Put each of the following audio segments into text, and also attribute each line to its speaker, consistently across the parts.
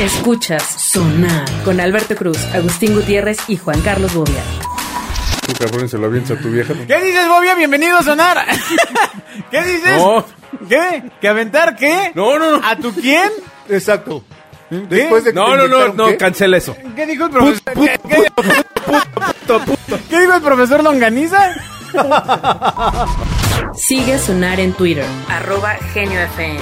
Speaker 1: Escuchas Sonar con Alberto Cruz, Agustín Gutiérrez y Juan Carlos Bobia.
Speaker 2: Tú, cabrón, se lo avientas a tu vieja.
Speaker 3: ¿Qué dices, Bobia? Bienvenido a sonar. ¿Qué dices?
Speaker 2: No.
Speaker 3: ¿Qué? ¿Que aventar qué?
Speaker 2: No, no, no.
Speaker 3: ¿A tu quién?
Speaker 4: Exacto.
Speaker 3: ¿Qué?
Speaker 4: Después de que
Speaker 2: No,
Speaker 4: te
Speaker 2: no, no,
Speaker 4: inyectaron,
Speaker 2: no,
Speaker 4: ¿qué?
Speaker 2: cancela eso.
Speaker 3: ¿Qué dijo el profesor? ¿Qué, qué-
Speaker 2: Puto, puto.
Speaker 3: qué dijo el profesor Longaniza?
Speaker 1: Sigue a Sonar en Twitter, arroba Genio FM.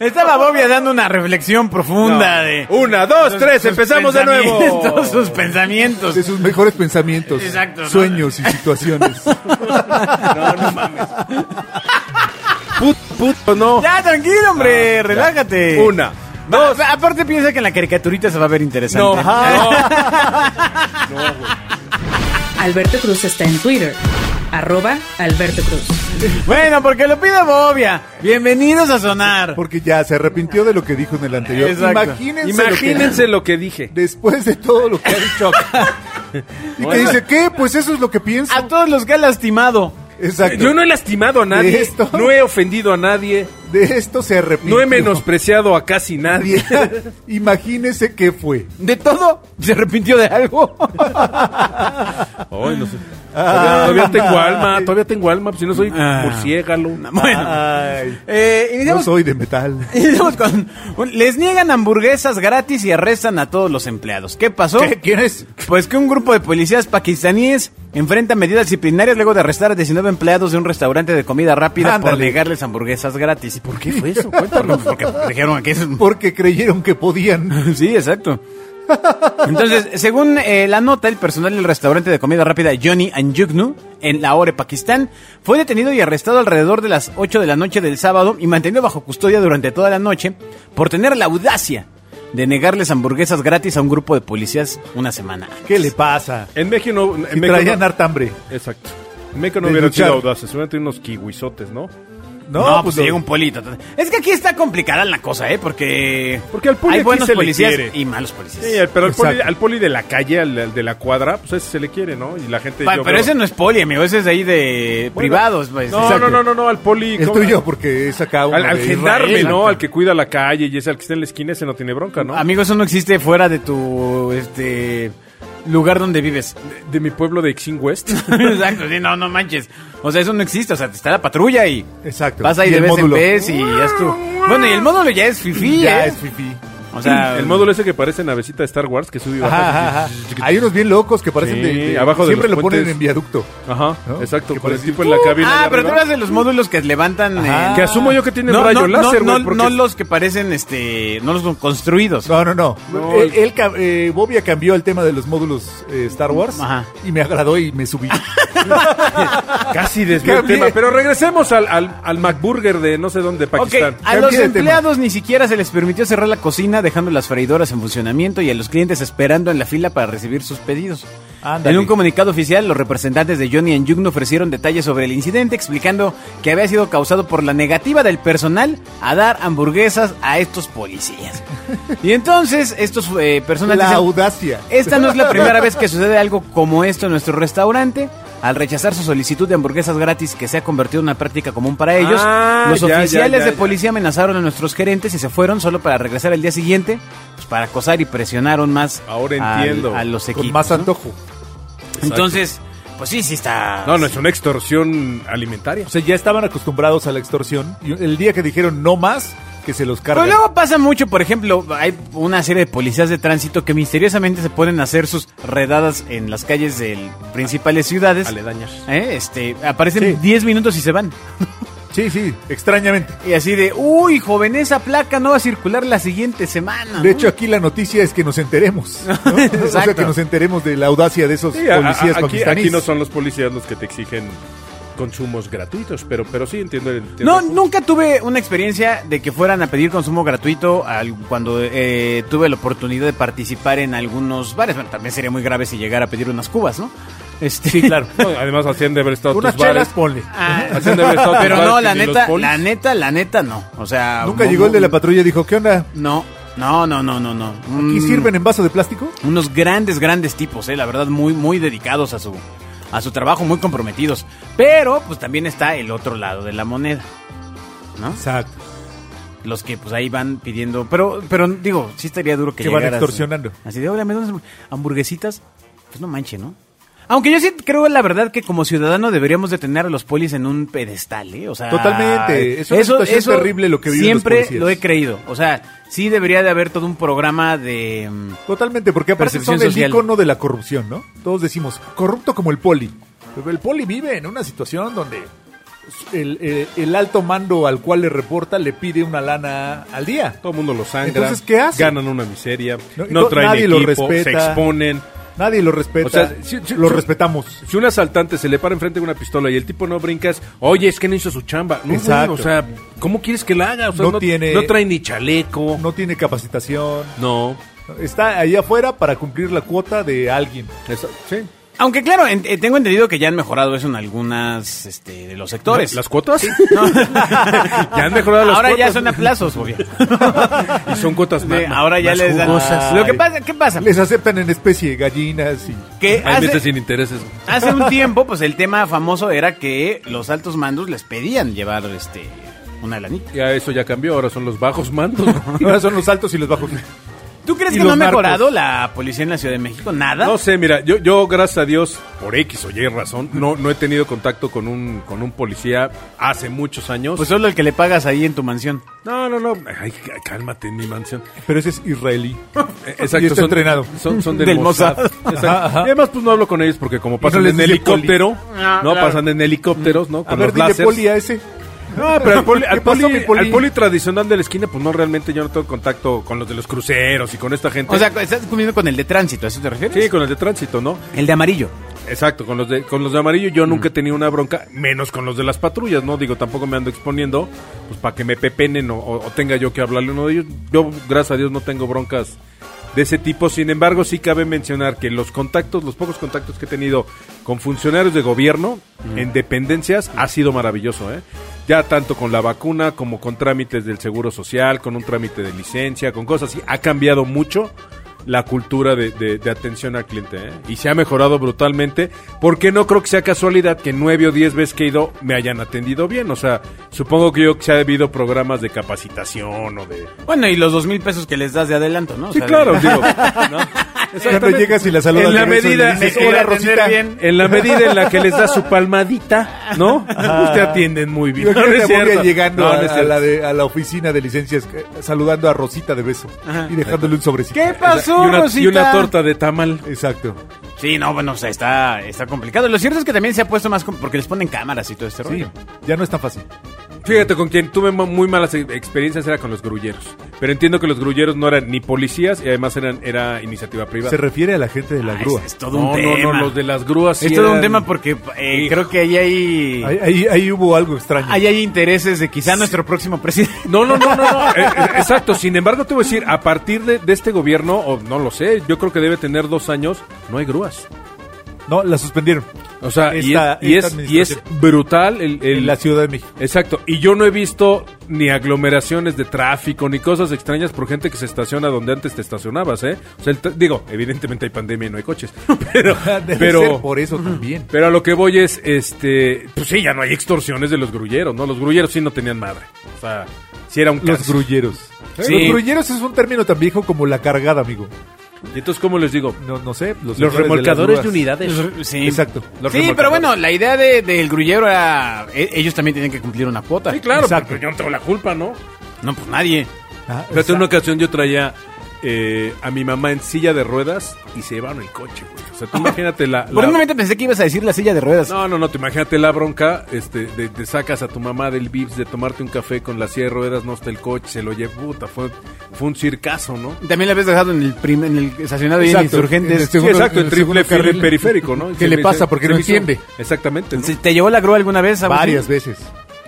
Speaker 3: Estaba Bobia dando una reflexión profunda de...
Speaker 2: Una, dos, tres,
Speaker 3: sus
Speaker 2: empezamos de nuevo.
Speaker 3: pensamientos, Sus pensamientos.
Speaker 4: De sus mejores pensamientos,
Speaker 3: Exacto, ¿no?
Speaker 4: sueños y situaciones.
Speaker 2: Puto, puto, no.
Speaker 3: Ya, tranquilo, hombre. relájate.
Speaker 2: Una, dos.
Speaker 3: A- Aparte piensa que en la caricaturita se va a ver interesante.
Speaker 2: No, no.
Speaker 1: Alberto Cruz está en Twitter, arroba Alberto Cruz.
Speaker 3: Bueno, porque lo pide Bobia. Bienvenidos a Sonar.
Speaker 4: Porque ya se arrepintió de lo que dijo en el anterior.
Speaker 3: Exacto.
Speaker 4: Imagínense, lo que-
Speaker 2: Imagínense lo que dije.
Speaker 4: después de todo lo que ha dicho. acá. y que dice, ¿qué? Pues eso es lo que pienso.
Speaker 3: A todos los que ha lastimado.
Speaker 4: Exacto.
Speaker 2: Yo no he lastimado a nadie,
Speaker 4: ¿De esto?
Speaker 2: no he ofendido a nadie,
Speaker 4: De esto se arrepintió.
Speaker 2: no he menospreciado a casi nadie.
Speaker 4: Imagínese qué fue.
Speaker 3: De todo, se arrepintió de algo.
Speaker 2: Ay, no sé.
Speaker 4: Ah.
Speaker 2: Todavía, todavía tengo alma, todavía tengo alma, pues si no soy
Speaker 3: Ah.
Speaker 2: murciégalo.
Speaker 3: Bueno,
Speaker 4: Ay,
Speaker 3: eh,
Speaker 4: no
Speaker 3: iniciamos,
Speaker 4: soy de metal.
Speaker 3: iniciamos con... un- Les niegan hamburguesas gratis y arrestan a todos los empleados. ¿Qué pasó?
Speaker 4: ¿Quién es?
Speaker 3: Pues que un grupo de policías pakistaníes enfrenta medidas disciplinarias luego de arrestar a 19 empleados de un restaurante de comida rápida por
Speaker 4: Ándale.
Speaker 3: negarles hamburguesas gratis. Pues ¿Y por qué fue eso? Cuéntanos. Porque dijeron que es un
Speaker 4: Porque creyeron que podían.
Speaker 3: Sí, exacto. Entonces, según eh, la nota, el personal del restaurante de comida rápida Johnny and Yugnu en Lahore, Pakistán, fue detenido y arrestado alrededor de las 8 de la noche del sábado y mantenido bajo custodia durante toda la noche por tener la audacia de negarles hamburguesas gratis a un grupo de policías una semana.
Speaker 4: ¿Qué le pasa?
Speaker 2: En México no. En
Speaker 4: Si
Speaker 2: México
Speaker 4: traían
Speaker 2: no-
Speaker 4: harta hambre.
Speaker 2: Exacto. En México no
Speaker 4: De
Speaker 2: hubiera
Speaker 4: luchar.
Speaker 2: sido audaces, seguramente unos kiwisotes, ¿no?
Speaker 3: No,
Speaker 4: No,
Speaker 3: pues
Speaker 4: pues
Speaker 3: llega un polito. Es que aquí está complicada la cosa, ¿eh? Porque,
Speaker 2: Porque al poli
Speaker 3: hay
Speaker 2: aquí
Speaker 3: buenos
Speaker 2: se le
Speaker 3: policías
Speaker 2: quiere.
Speaker 3: y malos policías.
Speaker 2: Sí, pero al poli,
Speaker 4: Exacto.
Speaker 2: al poli de la calle, al, al de la cuadra, pues ese se le quiere, ¿no? Y la gente.
Speaker 3: Pa-
Speaker 2: yo
Speaker 3: pero
Speaker 2: veo-
Speaker 3: ese no es poli, amigo, ese es de ahí de
Speaker 2: Bueno,
Speaker 3: privados. pues.
Speaker 2: No, no,
Speaker 4: exacto.
Speaker 2: no, no, no, al poli.
Speaker 4: El
Speaker 2: ¿cómo?
Speaker 4: tuyo, porque es acá uno
Speaker 2: Al, al
Speaker 4: de
Speaker 2: gendarme,
Speaker 4: Israel.
Speaker 2: ¿no? Al que cuida la calle y ese al que está en la esquina, ese no tiene bronca, ¿no?
Speaker 3: Amigo, eso no existe fuera de tu este lugar donde vives.
Speaker 2: De mi pueblo de Xing West.
Speaker 3: Exacto, sí, no, no manches. O sea, eso no existe, o sea, está la patrulla y
Speaker 4: Exacto.
Speaker 3: vas ahí
Speaker 4: Y
Speaker 3: de
Speaker 4: el
Speaker 3: vez en
Speaker 4: módulo.
Speaker 3: vez y ya es tu... Bueno, y el módulo ya es fifí,
Speaker 4: ya
Speaker 3: ¿eh?
Speaker 4: es fifí.
Speaker 3: O sea,
Speaker 2: el módulo ese que parece navecita de Star Wars que sube y
Speaker 4: Ajá,
Speaker 2: baja.
Speaker 4: ajá, ajá. Hay unos bien locos que parecen
Speaker 2: Sí,
Speaker 4: de, de-
Speaker 2: abajo de
Speaker 4: Siempre
Speaker 2: los
Speaker 4: lo ponen
Speaker 2: puentes.
Speaker 4: en viaducto.
Speaker 2: Ajá,
Speaker 4: ¿No?
Speaker 2: exacto.
Speaker 4: Que
Speaker 2: Con el
Speaker 4: parece-
Speaker 2: tipo en la cabina.
Speaker 3: Ah,
Speaker 2: de
Speaker 3: pero tú
Speaker 2: arriba.
Speaker 3: hablas de los módulos que levantan...
Speaker 4: Ajá.
Speaker 3: eh,
Speaker 2: Que asumo yo que tienen
Speaker 3: no,
Speaker 2: rayo
Speaker 3: no,
Speaker 2: láser,
Speaker 3: no,
Speaker 2: güey,
Speaker 3: no,
Speaker 2: porque-
Speaker 3: no los que parecen, este, no los construidos.
Speaker 4: No, no, no.
Speaker 2: No,
Speaker 4: él,
Speaker 2: el-
Speaker 4: él ca- eh, Bobia cambió el tema de los módulos eh, Star Wars
Speaker 3: Ajá.
Speaker 4: y me agradó y me subí.
Speaker 2: Casi desvió el
Speaker 4: Cambié.
Speaker 2: tema. Pero regresemos al, al, al McBurger de no sé dónde,
Speaker 3: Ok,
Speaker 2: Pakistán.
Speaker 3: a
Speaker 4: Cambié
Speaker 3: los
Speaker 4: de tema.
Speaker 3: empleados ni siquiera se les permitió cerrar la cocina dejando las freidoras en funcionamiento y a los clientes esperando en la fila para recibir sus pedidos.
Speaker 4: Ándale.
Speaker 3: En un comunicado oficial, los representantes de Johnny and Yugno ofrecieron detalles sobre el incidente, explicando que había sido causado por la negativa del personal a dar hamburguesas a estos policías. Y entonces, estos eh, personas
Speaker 4: la
Speaker 3: dicen,
Speaker 4: audacia.
Speaker 3: esta no es la primera vez que sucede algo como esto en nuestro restaurante. Al rechazar su solicitud de hamburguesas gratis que se ha convertido en una práctica común para ellos,
Speaker 2: Ah,
Speaker 3: los
Speaker 2: ya, ya,
Speaker 3: oficiales
Speaker 2: ya,
Speaker 3: de
Speaker 2: ya.
Speaker 3: policía amenazaron a nuestros gerentes y se fueron solo para regresar al día siguiente, pues, para acosar y presionaron más
Speaker 2: Ahora
Speaker 3: al-
Speaker 2: entiendo.
Speaker 3: a los equipos.
Speaker 4: Con más
Speaker 3: ¿no?
Speaker 4: antojo.
Speaker 3: Entonces, pues sí, sí está.
Speaker 2: No, no, es una extorsión alimentaria.
Speaker 4: O sea, ya estaban acostumbrados a la extorsión. Y el día que dijeron no más, que se los
Speaker 3: Pero
Speaker 4: cargan.
Speaker 3: luego pasa mucho, por ejemplo, hay una serie de policías de tránsito que misteriosamente se pueden hacer sus redadas en las calles de principales ciudades.
Speaker 2: Aledañas.
Speaker 3: ¿Eh? Este, aparecen
Speaker 4: Sí.
Speaker 3: 10 minutos y se van.
Speaker 4: Sí, sí, extrañamente.
Speaker 3: Y así de, uy, joven, esa placa no va a circular la siguiente semana. ¿no?"
Speaker 4: De hecho, aquí la noticia es que nos enteremos. ¿no? o sea, que nos enteremos de la audacia de esos
Speaker 2: Sí, a- a-
Speaker 4: policías
Speaker 2: aquí,
Speaker 4: pakistaníes.
Speaker 2: aquí no son los policías los que te exigen consumos gratuitos, pero, pero sí entiendo el. entiendo
Speaker 3: no,
Speaker 2: el punto.
Speaker 3: nunca tuve una experiencia de que fueran a pedir consumo gratuito al- cuando eh, tuve la oportunidad de participar en algunos bares. Bueno, también sería muy grave si llegara a pedir unas cubas, ¿no? Este, sí, claro.
Speaker 2: No, además, hacían de haber estado
Speaker 4: Unas
Speaker 2: tus bares.
Speaker 4: chelas, ponle.
Speaker 2: Hacían de haber estado tus
Speaker 3: pero
Speaker 2: bares
Speaker 3: no,
Speaker 2: que
Speaker 3: la
Speaker 2: ni los
Speaker 3: neta,
Speaker 2: polis.
Speaker 3: la neta, la neta no. O
Speaker 2: Ah,
Speaker 3: sea,
Speaker 4: Nunca
Speaker 3: no,
Speaker 4: llegó el de la
Speaker 3: no,
Speaker 4: patrulla y dijo, ¿qué onda?
Speaker 3: No, no, no, no, no, no.
Speaker 4: ¿Aquí
Speaker 3: Mm,
Speaker 4: sirven en vaso de plástico?
Speaker 3: Unos grandes, grandes tipos, eh, la verdad, muy, muy dedicados a su, a su trabajo, muy comprometidos. Pero, pues también está el otro lado de la moneda. ¿No?
Speaker 4: Exacto.
Speaker 3: los que pues ahí van pidiendo, pero pero digo, sí estaría duro que
Speaker 4: Que van
Speaker 3: llegaras,
Speaker 4: extorsionando.
Speaker 3: Así de, "Oiga, me dan unas hamburguesitas." Pues no manche, ¿no? Aunque yo sí creo la verdad que como ciudadano deberíamos de tener a los polis en un pedestal, ¿eh? O sea,
Speaker 4: Totalmente. Es una situación terrible lo que viven los
Speaker 3: Siempre
Speaker 4: policías.
Speaker 3: lo he creído. O sea, sí debería de haber todo un programa de mm,
Speaker 4: Totalmente, porque aparte
Speaker 3: Percepción
Speaker 4: son el
Speaker 3: social.
Speaker 4: icono de la corrupción, ¿no? Todos decimos, corrupto como el poli. Pero el poli vive en una situación donde el, el- el alto mando al cual le reporta le pide una lana al día.
Speaker 2: Todo el mundo lo sangra.
Speaker 4: Entonces, ¿qué hacen?
Speaker 2: Ganan una miseria.
Speaker 4: No,
Speaker 2: No,
Speaker 4: no-
Speaker 2: traen
Speaker 4: nadie lo
Speaker 2: equipo.
Speaker 4: respeta.
Speaker 2: Se exponen.
Speaker 4: Nadie lo respeta.
Speaker 2: O sea, sí, sí,
Speaker 4: lo
Speaker 2: sí.
Speaker 4: respetamos.
Speaker 2: Si un asaltante se le para enfrente con una pistola y el tipo no brincas, oye, es que no hizo su chamba. No,
Speaker 4: Exacto.
Speaker 2: güey, o sea, ¿cómo quieres que la haga? O sea,
Speaker 4: No tiene-
Speaker 2: No trae ni chaleco.
Speaker 4: No tiene capacitación.
Speaker 2: No.
Speaker 4: Está ahí afuera para cumplir la cuota de alguien.
Speaker 2: Eso- sí.
Speaker 3: Aunque claro, en- eh, tengo entendido que ya han mejorado eso en algunas este, de los sectores.
Speaker 2: ¿Las cuotas? ya han mejorado las
Speaker 3: Ahora ya
Speaker 2: cuotas.
Speaker 3: son a plazos, obvio.
Speaker 2: Y son cuotas más.
Speaker 3: Sí, Ahora ya
Speaker 2: más
Speaker 3: les dan.
Speaker 2: jugosas.
Speaker 3: Lo que pasa, ¿qué pasa?
Speaker 4: Les aceptan en especie gallinas y...
Speaker 3: Que
Speaker 2: Hay meses
Speaker 3: hace,
Speaker 2: sin intereses.
Speaker 3: hace un tiempo, pues el tema famoso era que los altos mandos les pedían llevar este una lanita.
Speaker 2: Ya eso ya cambió, ahora son los bajos mandos.
Speaker 4: Ahora son los altos y los bajos.
Speaker 3: ¿Tú crees
Speaker 4: Y
Speaker 3: que no ha
Speaker 4: los narcos.
Speaker 3: mejorado la policía en la Ciudad de México? Nada.
Speaker 2: No sé, mira, yo, yo gracias a Dios, por X o Y razón, no, no he tenido contacto con un, con un policía hace muchos años.
Speaker 3: Pues solo el que le pagas ahí en tu mansión.
Speaker 2: no, no, no, ay, c- cálmate en mi mansión.
Speaker 4: Pero ese es israelí.
Speaker 2: Eh,
Speaker 4: Y está entrenado.
Speaker 2: Son, son del,
Speaker 3: Del
Speaker 2: Mossad.
Speaker 3: Mossad.
Speaker 2: Exacto.
Speaker 4: Ajá, ajá.
Speaker 2: Y además, pues no hablo con ellos porque como pasan
Speaker 4: les
Speaker 2: en
Speaker 4: dice
Speaker 2: helicóptero,
Speaker 3: Ah,
Speaker 2: no
Speaker 3: claro.
Speaker 2: pasan en helicópteros, ¿no?
Speaker 4: A
Speaker 2: Con
Speaker 4: ver,
Speaker 2: los
Speaker 4: dile
Speaker 2: láseres.
Speaker 4: poli a ese.
Speaker 2: No, pero al poli, al
Speaker 4: ¿Qué pasó,
Speaker 2: poli-
Speaker 4: mi poli?
Speaker 2: al poli tradicional de la esquina, pues no, realmente yo no tengo contacto con los de los cruceros y con esta gente.
Speaker 3: O sea, estás comiendo con el de tránsito, ¿a eso te refieres?
Speaker 2: sí, con el de tránsito, ¿no?
Speaker 3: El de amarillo.
Speaker 2: Exacto, con los de, con los de amarillo yo
Speaker 4: Mm.
Speaker 2: nunca he tenido una bronca, menos con los de las patrullas, ¿no? Digo, tampoco me ando exponiendo, pues para que me pepenen o, o- o tenga yo que hablarle a uno de ellos. Yo, gracias a Dios, no tengo broncas de ese tipo. Sin embargo, sí cabe mencionar que los contactos, los pocos contactos que he tenido con funcionarios de gobierno en dependencias ha sido maravilloso, ¿eh? Ya tanto con la vacuna como con trámites del seguro social, con un trámite de licencia, con cosas así. Ha cambiado mucho la cultura de, de- de atención al cliente. ¿eh? Y se ha mejorado brutalmente. Porque no creo que sea casualidad que nueve o diez veces que he ido me hayan atendido bien. O sea, supongo que yo que se ha habido programas de capacitación o de...
Speaker 3: Bueno, y los dos mil pesos que les das de adelanto, ¿no? O
Speaker 2: Sí,
Speaker 3: sea,
Speaker 2: claro,
Speaker 3: de-
Speaker 2: digo.
Speaker 4: Cuando llegas y la saludas
Speaker 2: En
Speaker 4: de
Speaker 2: la
Speaker 4: beso y le
Speaker 2: medida,
Speaker 4: dices,
Speaker 2: en-
Speaker 4: "Hola,
Speaker 2: en-
Speaker 4: Rosita".
Speaker 3: bien.
Speaker 2: en la medida en la que les das su palmadita, ¿no? Pues te atienden muy bien.
Speaker 4: Yo creo
Speaker 2: No,
Speaker 4: que
Speaker 2: no es
Speaker 4: voy a
Speaker 2: cierto.
Speaker 4: llegando
Speaker 2: No,
Speaker 4: a,
Speaker 2: no es
Speaker 4: a
Speaker 2: cierto.
Speaker 4: la de- a la oficina de licencias eh, saludando a Rosita de beso
Speaker 3: Ajá.
Speaker 4: y dejándole un sobrecito.
Speaker 3: ¿Qué pasó,
Speaker 2: y, una,
Speaker 3: Rosita?
Speaker 2: y una torta de tamal.
Speaker 4: Exacto.
Speaker 3: Sí, no, bueno, o sea, está, está complicado. Lo cierto es que también se ha puesto más... com- Porque les ponen cámaras y todo este
Speaker 4: Sí,
Speaker 3: rollo.
Speaker 4: ya no es tan fácil.
Speaker 2: Fíjate, con quien tuve mo- muy malas e- experiencias era con los grulleros. Pero entiendo que los grulleros no eran ni policías y además eran era iniciativa privada.
Speaker 4: Se refiere a la gente de la
Speaker 3: Ah,
Speaker 4: grúa.
Speaker 3: Es, es
Speaker 2: no,
Speaker 3: todo un
Speaker 2: no,
Speaker 3: tema.
Speaker 2: no, los de las grúas. sí
Speaker 3: es todo un
Speaker 2: eran-
Speaker 3: tema porque eh, creo que ahí hay...
Speaker 4: Ahí, ahí- ahí hubo algo extraño.
Speaker 2: Ah,
Speaker 3: Ahí hay intereses de quizá nuestro próximo presidente.
Speaker 2: No, no, no, no, no. Eh, eh, exacto. Sin embargo, te voy a decir, a partir de, de este gobierno, o no lo sé, yo creo que debe tener dos años, no hay grúas.
Speaker 4: No, la suspendieron
Speaker 2: O sea,
Speaker 4: Esta-
Speaker 2: y, es,
Speaker 4: esta
Speaker 2: y, es, y es brutal el, el-
Speaker 4: en la Ciudad de México.
Speaker 2: Exacto, y yo no he visto ni aglomeraciones de tráfico ni cosas extrañas por gente que se estaciona donde antes te estacionabas, ¿eh? O sea, el tra- digo, evidentemente hay pandemia y no hay coches, pero
Speaker 4: Debe ser
Speaker 2: pero
Speaker 4: por eso también.
Speaker 2: pero a lo que voy es este, pues sí, ya no hay extorsiones de los grulleros, ¿no? Los grulleros sí no tenían madre. O sea, sí era un
Speaker 4: Los
Speaker 2: cáncer.
Speaker 4: grulleros.
Speaker 2: Sí.
Speaker 4: Los grulleros es un término tan viejo como la cargada, amigo.
Speaker 2: Y entonces cómo les digo,
Speaker 4: No, no sé. Los,
Speaker 2: los
Speaker 4: señores
Speaker 2: remolcadores de,
Speaker 4: las grúas.
Speaker 2: unidades.
Speaker 3: Sí.
Speaker 4: Exacto.
Speaker 2: Los
Speaker 3: sí,
Speaker 2: remolcadores.
Speaker 3: pero bueno, la idea de- del grullero era... e- ellos también tienen que cumplir una cuota.
Speaker 2: Sí, claro,
Speaker 4: Exacto.
Speaker 2: pero yo no tengo la culpa, ¿no?
Speaker 3: No, pues nadie.
Speaker 4: Ah,
Speaker 2: Fíjate, en una
Speaker 4: exacto.
Speaker 2: ocasión yo traía eh, a mi mamá en silla de ruedas y se llevaron el coche, güey. O sea, tú imagínate la...
Speaker 3: Por
Speaker 2: la-
Speaker 3: un momento pensé que ibas a decir la silla de ruedas.
Speaker 2: No, no, no, te imagínate la bronca, este, de, de sacas a tu mamá del Vips de tomarte un café con la silla de ruedas, no está el coche, se lo llevó, puta, fue, fue un circazo, ¿no?
Speaker 3: También la habías dejado en el, prim- en el estacionado y en
Speaker 4: Exacto, en
Speaker 3: Insurgentes.
Speaker 4: el segundo-
Speaker 2: sí,
Speaker 4: en
Speaker 2: exacto, el
Speaker 4: el
Speaker 2: triple
Speaker 4: segundo carril.
Speaker 2: carril periférico, ¿no?
Speaker 4: ¿Qué
Speaker 2: Se
Speaker 4: le
Speaker 2: me-
Speaker 4: pasa?
Speaker 2: se-
Speaker 4: Porque
Speaker 2: se
Speaker 4: no
Speaker 2: me hizo-
Speaker 4: entiende.
Speaker 2: Exactamente, ¿no?
Speaker 3: ¿Se- ¿Te llevó la grúa alguna vez? algo así?
Speaker 4: Varias veces.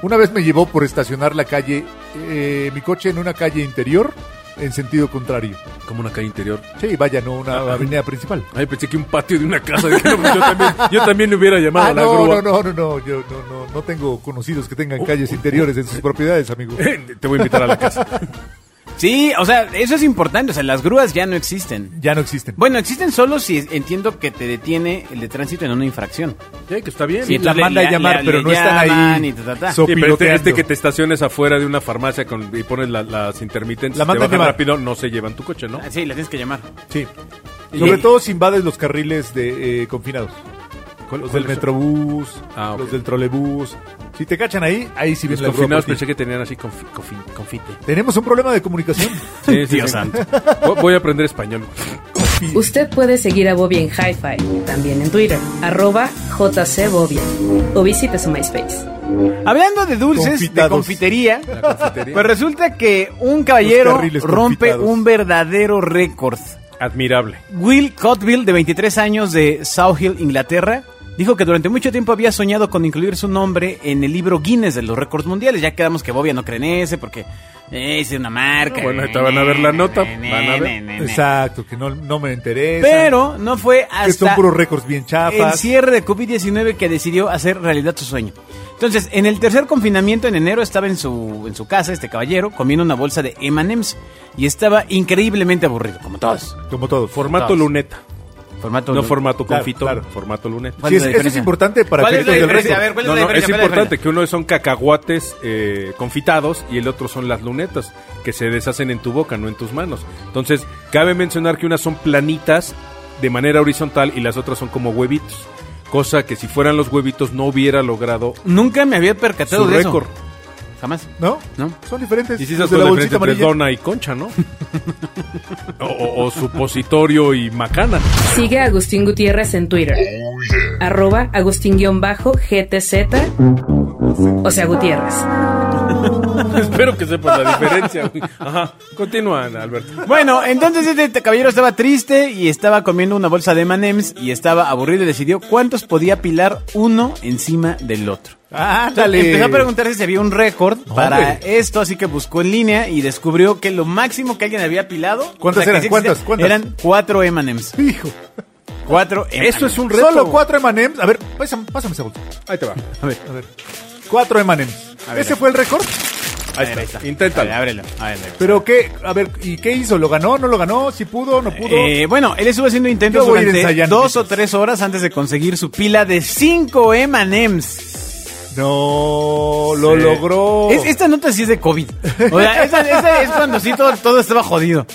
Speaker 4: Una vez me llevó por estacionar la calle, eh, mi coche en una calle interior en sentido contrario.
Speaker 2: Como una calle interior.
Speaker 4: Sí, vaya, no una avenida principal.
Speaker 2: Ay, pensé que un patio de una casa. dije, no, pues yo, también, yo también le hubiera llamado
Speaker 4: Ah,
Speaker 2: a la
Speaker 4: no, no,
Speaker 2: grúa.
Speaker 4: no, no, no, yo no, no, no Oh, tengo conocidos que tengan calles interiores en sus propiedades, amigo.
Speaker 2: Te voy a invitar a la casa.
Speaker 3: Sí, o sea, eso es importante. O sea, las grúas ya no existen.
Speaker 4: Ya no existen.
Speaker 3: Bueno, existen solo si entiendo que te detiene el de tránsito en una infracción.
Speaker 2: Sí, Eh, que está bien.
Speaker 3: Sí,
Speaker 2: Sí,
Speaker 4: la
Speaker 3: entonces le-
Speaker 4: manda a
Speaker 3: le-
Speaker 4: llamar,
Speaker 3: le-
Speaker 4: pero
Speaker 3: le
Speaker 4: no están
Speaker 3: llaman
Speaker 4: ahí.
Speaker 3: y ta, ta, ta.
Speaker 4: so-
Speaker 2: pero este,
Speaker 4: piloteando.
Speaker 2: este que te estaciones afuera de una farmacia con- y pones la- las intermitentes,
Speaker 4: La
Speaker 2: te
Speaker 4: mandan
Speaker 2: bajan
Speaker 4: llamar.
Speaker 2: rápido, no se llevan tu coche, ¿no?
Speaker 3: Ah, Sí, la tienes que llamar.
Speaker 4: Sí. Sobre todo si invades los carriles de eh, confinados. Los del
Speaker 2: cuáles son?
Speaker 4: metrobús,
Speaker 2: Ah, ok.
Speaker 4: los del trolebús. Si te cachan ahí, ahí sí
Speaker 2: Los
Speaker 4: viene la grúa
Speaker 2: confinados
Speaker 4: por ti.
Speaker 2: pensé que tenían así confi- confi- confite.
Speaker 4: Tenemos un problema de comunicación.
Speaker 2: Sí, sí,
Speaker 3: Dios
Speaker 2: sí.
Speaker 3: santo.
Speaker 2: Vo- Voy a aprender español.
Speaker 1: Usted puede seguir a Bobia en Hi-Fi, también en Twitter, arroba jcbobia, o visite su MySpace.
Speaker 3: Hablando de dulces, de
Speaker 4: Confitados.
Speaker 3: confitería,
Speaker 2: La confitería.
Speaker 3: pues resulta que un caballero
Speaker 4: Los carriles
Speaker 3: rompe
Speaker 4: confitados.
Speaker 3: un verdadero récord.
Speaker 2: Admirable.
Speaker 3: Will Cotville, de 23 años de South Hill, Inglaterra, dijo que durante mucho tiempo había soñado con incluir su nombre en el libro Guinness de los récords mundiales. Ya quedamos que Bobia no cree en ese porque eh, es una marca.
Speaker 2: Ah, bueno, ahorita van a ver la nota, van a ver.
Speaker 4: Exacto, que no, no me interesa.
Speaker 3: Pero no fue hasta...
Speaker 4: que son puros récords bien
Speaker 3: el
Speaker 4: chafas.
Speaker 3: cierre de COVID-19 que decidió hacer realidad su sueño. Entonces, en el tercer confinamiento en enero estaba en su, en su casa este caballero comiendo una bolsa de M&M's y estaba increíblemente aburrido, como todos.
Speaker 4: Como todos.
Speaker 2: Formato
Speaker 3: Todos.
Speaker 2: luneta.
Speaker 3: Formato
Speaker 2: No formato
Speaker 4: Claro,
Speaker 2: confito,
Speaker 4: claro.
Speaker 2: formato luneta.
Speaker 3: ¿Cuál
Speaker 4: Sí,
Speaker 3: es
Speaker 4: es, eso
Speaker 3: la
Speaker 4: es
Speaker 3: diferencia?
Speaker 4: importante para
Speaker 3: ¿Cuál es la
Speaker 4: efectos del
Speaker 3: diferencia? A
Speaker 4: récord.
Speaker 3: ver, ¿cuál es
Speaker 2: No,
Speaker 3: la
Speaker 2: no,
Speaker 3: diferencia?
Speaker 2: es
Speaker 3: ¿Cuál es la
Speaker 2: importante que uno son cacahuates eh, confitados y el otro son las lunetas que se deshacen en tu boca, no en tus manos. Entonces, cabe mencionar que unas son planitas de manera horizontal y las otras son como huevitos. Cosa que si fueran los huevitos no hubiera logrado
Speaker 3: Nunca me había percatado
Speaker 2: su
Speaker 3: de
Speaker 2: récord.
Speaker 3: eso. Jamás.
Speaker 4: ¿No?
Speaker 3: ¿No?
Speaker 4: Son diferentes.
Speaker 2: Y si
Speaker 4: Los
Speaker 2: sabes la diferencia entre dona y concha, ¿no? o, o- o supositorio y macana.
Speaker 1: Sigue a Agustín Gutiérrez en Twitter, arroba agustín-gtz, o sea Gutiérrez.
Speaker 2: Espero que sepas la diferencia. güey. Ajá. Continúa, Alberto.
Speaker 3: Bueno, entonces este t- caballero estaba triste y estaba comiendo una bolsa de M&M's y estaba aburrido y decidió cuántos podía apilar uno encima del otro.
Speaker 4: Ándale.
Speaker 3: Empezó a preguntarse si había un récord para
Speaker 4: Hombre.
Speaker 3: esto, así que buscó en línea y descubrió que lo máximo que alguien había apilado.
Speaker 4: ¿Cuántas
Speaker 3: que
Speaker 4: eran?
Speaker 3: sí existía,
Speaker 4: ¿Cuántas? ¿Cuántas?
Speaker 3: Eran cuatro M&M's.
Speaker 4: Hijo.
Speaker 3: Cuatro M&M's.
Speaker 2: Eso es un reto.
Speaker 4: Solo cuatro M&M's. A ver, pásame, pásame esa bolsa.
Speaker 2: Ahí te va.
Speaker 3: A ver,
Speaker 4: A ver. Cuatro M&M's.
Speaker 3: A ver,
Speaker 4: ¿Ese fue el récord?
Speaker 3: a
Speaker 2: Ahí
Speaker 3: ver,
Speaker 2: está.
Speaker 3: ahí está.
Speaker 2: Inténtalo.
Speaker 3: A ver, ábrelo. A ver, ábrelo.
Speaker 4: Pero qué, a ver, ¿y qué hizo? ¿Lo ganó? ¿No lo ganó? ¿Si pudo? ¿No pudo?
Speaker 3: Eh, bueno, él estuvo haciendo intentos
Speaker 4: Yo voy a ir
Speaker 3: durante
Speaker 4: ensayando,
Speaker 3: dos o
Speaker 4: chicos.
Speaker 3: tres horas antes de conseguir su pila de cinco M&M's.
Speaker 4: no, lo
Speaker 2: Sí.
Speaker 4: logró.
Speaker 3: Es- esta nota sí es de COVID. O sea, esta, esta es cuando sí todo, todo estaba jodido.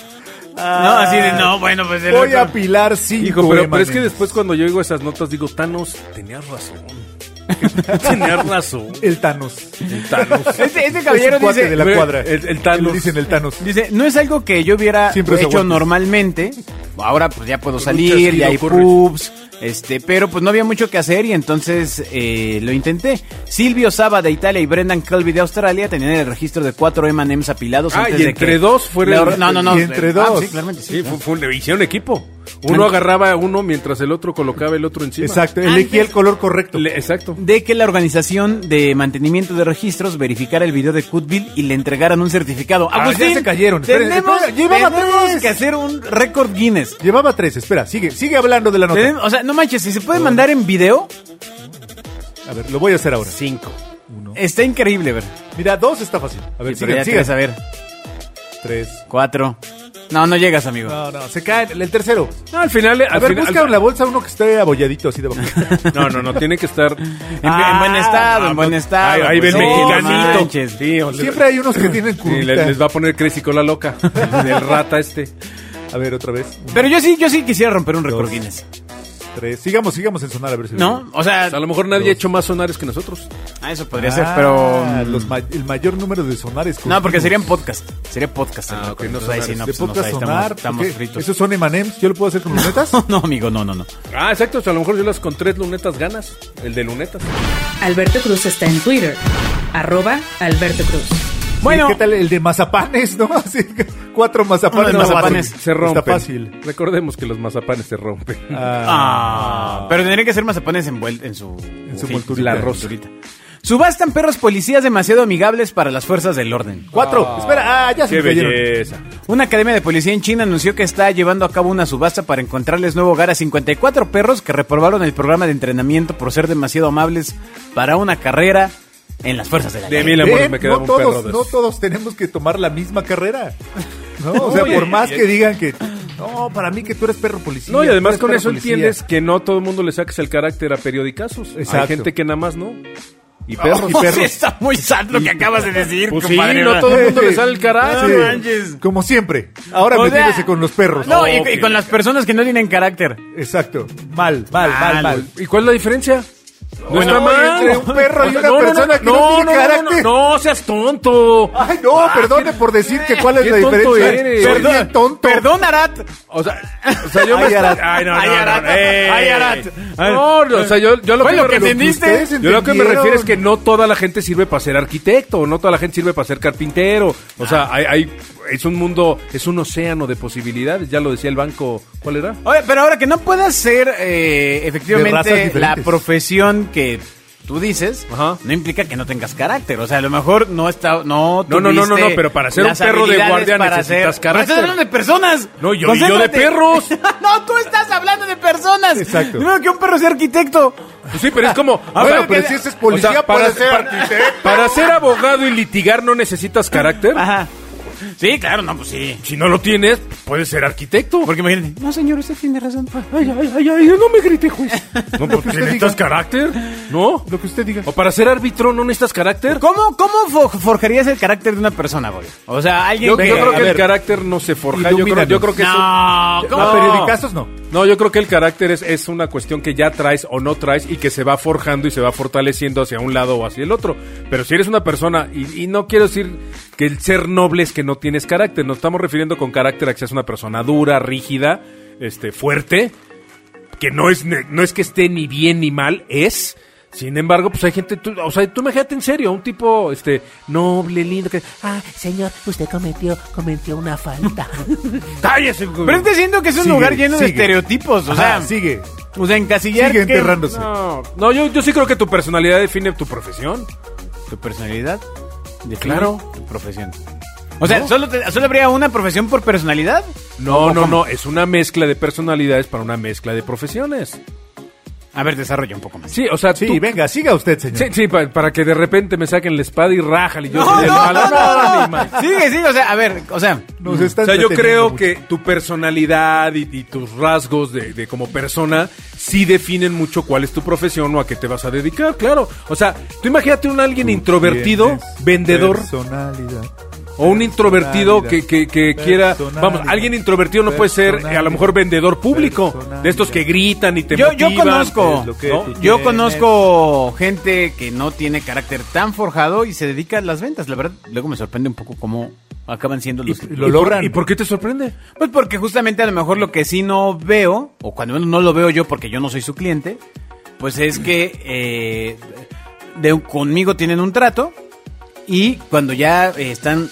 Speaker 3: No, así de, no, bueno, pues... el
Speaker 4: Voy a
Speaker 3: récord.
Speaker 4: apilar cinco
Speaker 2: Hijo, pero, pero es
Speaker 4: M&M's.
Speaker 2: que después cuando yo oigo esas notas digo, Thanos, tenías razón. tenías razón.
Speaker 4: El Thanos.
Speaker 2: El Thanos.
Speaker 3: Este, este
Speaker 4: Es
Speaker 3: caballero
Speaker 4: un cuate
Speaker 3: dice...
Speaker 4: de la
Speaker 2: Pero
Speaker 4: cuadra.
Speaker 2: el- el Thanos.
Speaker 4: Le dicen el Thanos.
Speaker 3: Dice, no es algo que yo hubiera
Speaker 4: Siempre es
Speaker 3: hecho
Speaker 4: aguantes.
Speaker 3: normalmente. Ahora pues ya puedo
Speaker 2: Con un
Speaker 3: salir,
Speaker 2: chasquido
Speaker 3: ya hay
Speaker 2: corres.
Speaker 3: pubs, este, pero pues no había mucho que hacer y entonces eh, lo intenté. Silvio Saba de Italia y Brendan Colby de Australia tenían el registro de cuatro M&M's apilados
Speaker 2: Ah,
Speaker 3: antes
Speaker 2: y
Speaker 3: de
Speaker 2: entre
Speaker 3: que-
Speaker 2: dos fueron-
Speaker 3: La or- No, no, no.
Speaker 4: y entre
Speaker 3: Ah,
Speaker 4: dos.
Speaker 3: sí, claramente, sí.
Speaker 2: Sí, fue, fue un- hicieron equipo. Uno agarraba a uno mientras el otro colocaba el otro encima.
Speaker 4: Exacto, elegí
Speaker 3: Antes-
Speaker 4: el color correcto.
Speaker 2: Le- exacto.
Speaker 3: de que la organización de mantenimiento de registros verificara el video de Cutville y le entregaran un certificado.
Speaker 4: Ah, ya
Speaker 3: Agustín,
Speaker 4: se cayeron. Esperen,
Speaker 3: Tenemos,
Speaker 4: espera, llevaba
Speaker 3: tenemos
Speaker 4: tres.
Speaker 3: que hacer un récord Guinness.
Speaker 4: Llevaba tres, espera, sigue, sigue hablando de la nota.
Speaker 3: Tenemos- o sea, no manches, si se puede mandar en video,
Speaker 4: A ver, lo voy a hacer ahora.
Speaker 2: Cinco.
Speaker 3: está increíble, ver.
Speaker 4: Mira, dos está fácil. A ver,
Speaker 3: Sí, pero
Speaker 4: sigue,
Speaker 3: ya
Speaker 4: sigue.
Speaker 3: tres, a ver.
Speaker 4: Tres.
Speaker 3: Cuatro. No, no llegas, amigo.
Speaker 4: No, no, se cae el tercero.
Speaker 2: No, al final.
Speaker 4: A
Speaker 2: al
Speaker 4: ver,
Speaker 2: final-
Speaker 4: busca en la bolsa uno que esté abolladito así debajo.
Speaker 2: No, no, no, tiene que estar. Ah,
Speaker 3: En, en buen estado, en buen estado.
Speaker 2: Ahí, ahí
Speaker 3: Ah, pues,
Speaker 2: ven
Speaker 3: no
Speaker 2: mexicanito.
Speaker 3: manches.
Speaker 2: Sí, o sea,
Speaker 4: Siempre hay unos que tienen
Speaker 2: sí, le- les,
Speaker 4: curvita.
Speaker 2: va a poner Crésico la loca. Del rata este.
Speaker 4: A ver, otra vez.
Speaker 3: Pero yo sí, yo sí quisiera romper un récord
Speaker 4: Dos.
Speaker 3: Guinness.
Speaker 4: Tres. Sigamos, sigamos en sonar a ver si
Speaker 3: ¿No? O
Speaker 2: O
Speaker 3: sea,
Speaker 2: sea, a lo mejor nadie ha hecho más sonares que nosotros.
Speaker 3: ah, eso
Speaker 4: Podría
Speaker 3: podría ser, pero. mm,
Speaker 4: los ma- el mayor número de sonares.
Speaker 3: No, porque
Speaker 4: continuos.
Speaker 3: serían podcast. Sería podcast. el
Speaker 2: Ah,
Speaker 3: récord.
Speaker 2: ok, no
Speaker 3: Entonces, ahí sí,
Speaker 2: sonar.
Speaker 3: no,
Speaker 4: De
Speaker 3: pues, no,
Speaker 4: podcast
Speaker 3: ahí estamos-
Speaker 4: sonar.
Speaker 3: Estamos,
Speaker 4: ¿qué?
Speaker 3: fritos.
Speaker 4: Esos son emanems. ¿Yo lo puedo hacer con lunetas?
Speaker 3: No, amigo, no, no, no.
Speaker 2: Ah, exacto. O sea, a lo mejor yo las con tres lunetas ganas. El de lunetas.
Speaker 1: Alberto Cruz está en Twitter, arroba Alberto Cruz.
Speaker 3: Bueno,
Speaker 4: ¿Qué tal el de mazapanes, no? Así que cuatro mazapanes.
Speaker 3: Uno de mazapanes.
Speaker 4: fácil.
Speaker 2: Se rompen.
Speaker 4: Está fácil.
Speaker 2: Recordemos que los mazapanes se rompen.
Speaker 3: Ah, pero tendría que ser mazapanes envuel- en su en
Speaker 4: su
Speaker 2: envolturita.
Speaker 3: la rosa. Subastan perros policías demasiado amigables para las fuerzas del orden.
Speaker 4: Cuatro. Espera, ah, ya se
Speaker 2: ¡Qué
Speaker 4: me cayeron.
Speaker 2: belleza!
Speaker 3: Una academia de policía en China anunció que está llevando a cabo una subasta para encontrarles nuevo hogar a 54 perros que reprobaron el programa de entrenamiento por ser demasiado amables para una carrera en las fuerzas de la
Speaker 2: De
Speaker 3: ley.
Speaker 2: mil amores
Speaker 4: Eh,
Speaker 2: me quedaba
Speaker 4: no
Speaker 2: un
Speaker 4: todos,
Speaker 2: perro de
Speaker 4: no
Speaker 2: esos.
Speaker 4: todos tenemos que tomar la misma carrera. ¿no? O sea, por más que digan que no, para mí que tú eres perro policía.
Speaker 2: No, y
Speaker 4: tú
Speaker 2: además
Speaker 4: eres
Speaker 2: con
Speaker 4: perro
Speaker 2: eso
Speaker 4: policía".
Speaker 2: entiendes que no todo el mundo le saques el carácter a periodicazos. Hay
Speaker 4: Exacto.
Speaker 2: gente que nada más no. Y perros.
Speaker 3: Oh,
Speaker 2: y
Speaker 3: sí,
Speaker 2: perros.
Speaker 3: está muy sad lo que acabas de decir,
Speaker 2: Pues sí,
Speaker 3: compadre.
Speaker 2: no todo el mundo le sale el
Speaker 3: No
Speaker 2: carácter.
Speaker 3: manches.
Speaker 4: Como siempre. Ahora
Speaker 3: O sea,
Speaker 4: metiéndose con los perros.
Speaker 3: No, y,
Speaker 2: Ok.
Speaker 3: y con las personas que no tienen carácter.
Speaker 4: Exacto. Mal, mal, mal,
Speaker 3: Mal.
Speaker 4: mal.
Speaker 2: ¿Y cuál es la diferencia? No
Speaker 4: Bueno,
Speaker 2: está mal.
Speaker 4: entre un perro y
Speaker 2: No,
Speaker 4: una
Speaker 2: no, no,
Speaker 4: persona que no tiene carácter.
Speaker 2: No, no seas tonto.
Speaker 4: Ay, no, perdone por decir que cuál es
Speaker 2: Ah, qué
Speaker 4: la
Speaker 2: tonto
Speaker 4: diferencia.
Speaker 2: eres.
Speaker 4: Soy
Speaker 2: Perdón,
Speaker 4: bien tonto.
Speaker 3: Perdón, Arat.
Speaker 2: O sea, o sea, yo
Speaker 4: Ay,
Speaker 2: me-
Speaker 4: Arat.
Speaker 2: Ay, no, no,
Speaker 3: Ay,
Speaker 2: no,
Speaker 3: Arat.
Speaker 2: no, ey.
Speaker 3: Ay, Arat.
Speaker 2: No, no, o sea, yo, yo lo
Speaker 3: Fue
Speaker 2: que
Speaker 3: lo
Speaker 2: me
Speaker 3: que
Speaker 2: refiero-
Speaker 3: entendiste.
Speaker 4: ustedes
Speaker 2: Yo lo que me
Speaker 4: entendieron.
Speaker 2: refiero es que no toda la gente sirve para ser arquitecto, no toda la gente sirve para ser carpintero. O sea, hay, hay- es un mundo, es un océano de posibilidades. Ya lo decía el banco, ¿cuál era?
Speaker 3: Oye, pero ahora que no puedas ser eh,
Speaker 4: De razas
Speaker 3: efectivamente la
Speaker 4: diferentes.
Speaker 3: profesión que tú dices,
Speaker 2: Ajá.
Speaker 3: no implica que no tengas carácter. O sea, a lo mejor no está, no
Speaker 2: No, no, no, no,
Speaker 3: tuviste
Speaker 2: no, pero para ser un
Speaker 3: las
Speaker 2: perro de
Speaker 3: habilidades
Speaker 2: guardia
Speaker 3: para
Speaker 2: necesitas
Speaker 3: ser-
Speaker 2: carácter.
Speaker 3: Pero Estás hablando de personas.
Speaker 2: No, yo- y yo de
Speaker 3: Concéntrate.
Speaker 2: perros.
Speaker 3: no, tú estás hablando de personas.
Speaker 4: Exacto.
Speaker 3: No, que un perro sea arquitecto.
Speaker 2: Pues sí, pero es como.
Speaker 4: Ah,
Speaker 2: bueno,
Speaker 4: pero
Speaker 2: que-
Speaker 4: si ese es policía, puede ser arquitecto.
Speaker 2: para ser abogado y litigar no necesitas carácter.
Speaker 3: Ajá. Sí, claro, no, pues sí.
Speaker 2: Si no lo tienes, puedes ser arquitecto.
Speaker 3: Porque imagínate, no señor, usted tiene razón.
Speaker 2: Ay, ay, ay, ay, no me grite, juez. No, pues
Speaker 4: usted
Speaker 2: necesitas
Speaker 4: diga.
Speaker 2: carácter, ¿no?
Speaker 4: Lo que usted diga.
Speaker 2: O para ser árbitro no necesitas carácter.
Speaker 3: Pues, ¿Cómo, cómo fo- forjarías el carácter de una persona, güey? O sea, alguien
Speaker 2: Yo,
Speaker 3: que-
Speaker 2: yo creo
Speaker 4: a
Speaker 2: que el
Speaker 4: ver.
Speaker 2: carácter no se forja. Yo creo, yo creo que eso-
Speaker 3: No, ¿cómo?
Speaker 4: No, periodicazos no.
Speaker 2: No, yo creo que el carácter es, es una cuestión que ya traes o no traes y que se va forjando y se va fortaleciendo hacia un lado o hacia el otro. Pero si eres una persona, y, y no quiero decir que el ser noble es que no tienes carácter, nos estamos refiriendo con carácter a que seas una persona dura, rígida, este, fuerte, que no es, ne- no es que esté ni bien ni mal, es. Sin embargo, pues hay gente, tú- o sea, tú imagínate en serio, un tipo, este, noble, lindo, que...
Speaker 5: Ah, señor, usted cometió, cometió una falta.
Speaker 2: ¡Cállese! güey!
Speaker 3: Pero estoy diciendo que es un
Speaker 4: Sigue,
Speaker 3: lugar lleno de
Speaker 4: sigue.
Speaker 2: pues,
Speaker 3: estereotipos, o sea,
Speaker 4: Ajá, Ah, sigue.
Speaker 3: o sea, encasillar
Speaker 4: Sigue
Speaker 3: que-
Speaker 4: enterrándose.
Speaker 2: No, no yo, yo sí creo que tu personalidad define tu profesión.
Speaker 3: tu personalidad, define
Speaker 2: Claro.
Speaker 3: tu profesión. O sea, solo, te- solo habría una profesión por personalidad.
Speaker 2: No, no, no, es una mezcla de personalidades para una mezcla de profesiones.
Speaker 3: A ver, desarrolla un poco más.
Speaker 2: Sí, o sea,
Speaker 4: Sí,
Speaker 2: tú-
Speaker 4: venga, siga usted, señor.
Speaker 2: Sí, sí, pa- para que de repente me saquen la espada y rájale. y Yo soy el malo. ni más.
Speaker 3: Sigue, sigue, o sea, a ver, o sea,
Speaker 4: Nos está
Speaker 2: O sea, yo
Speaker 4: entreteniendo
Speaker 2: creo que tu personalidad y, y tus rasgos de, de como persona sí definen mucho cuál es tu profesión o a qué te vas a dedicar, claro. O sea, tú imagínate un alguien introvertido,
Speaker 4: Tienes
Speaker 2: vendedor,
Speaker 4: Personalidad.
Speaker 2: o un introvertido que,
Speaker 4: personalidad,
Speaker 2: que- que quiera...
Speaker 4: personalidad,
Speaker 2: Vamos, alguien introvertido no puede ser eh, a lo mejor vendedor público, de estos que gritan y te
Speaker 3: yo, yo
Speaker 2: motivan, eh,
Speaker 3: conozco,
Speaker 4: es lo que
Speaker 2: ¿no?
Speaker 4: tú
Speaker 3: yo
Speaker 4: tienes.
Speaker 3: conozco gente que no tiene carácter tan forjado y se dedica a las ventas. La verdad, luego me sorprende un poco cómo acaban siendo los...
Speaker 4: y lo logran.
Speaker 2: ¿Y por qué te sorprende?
Speaker 3: Pues porque justamente a lo mejor lo que sí no veo, o cuando menos no lo veo yo porque yo no soy su cliente, pues es que eh, de, conmigo tienen un trato y cuando ya eh, están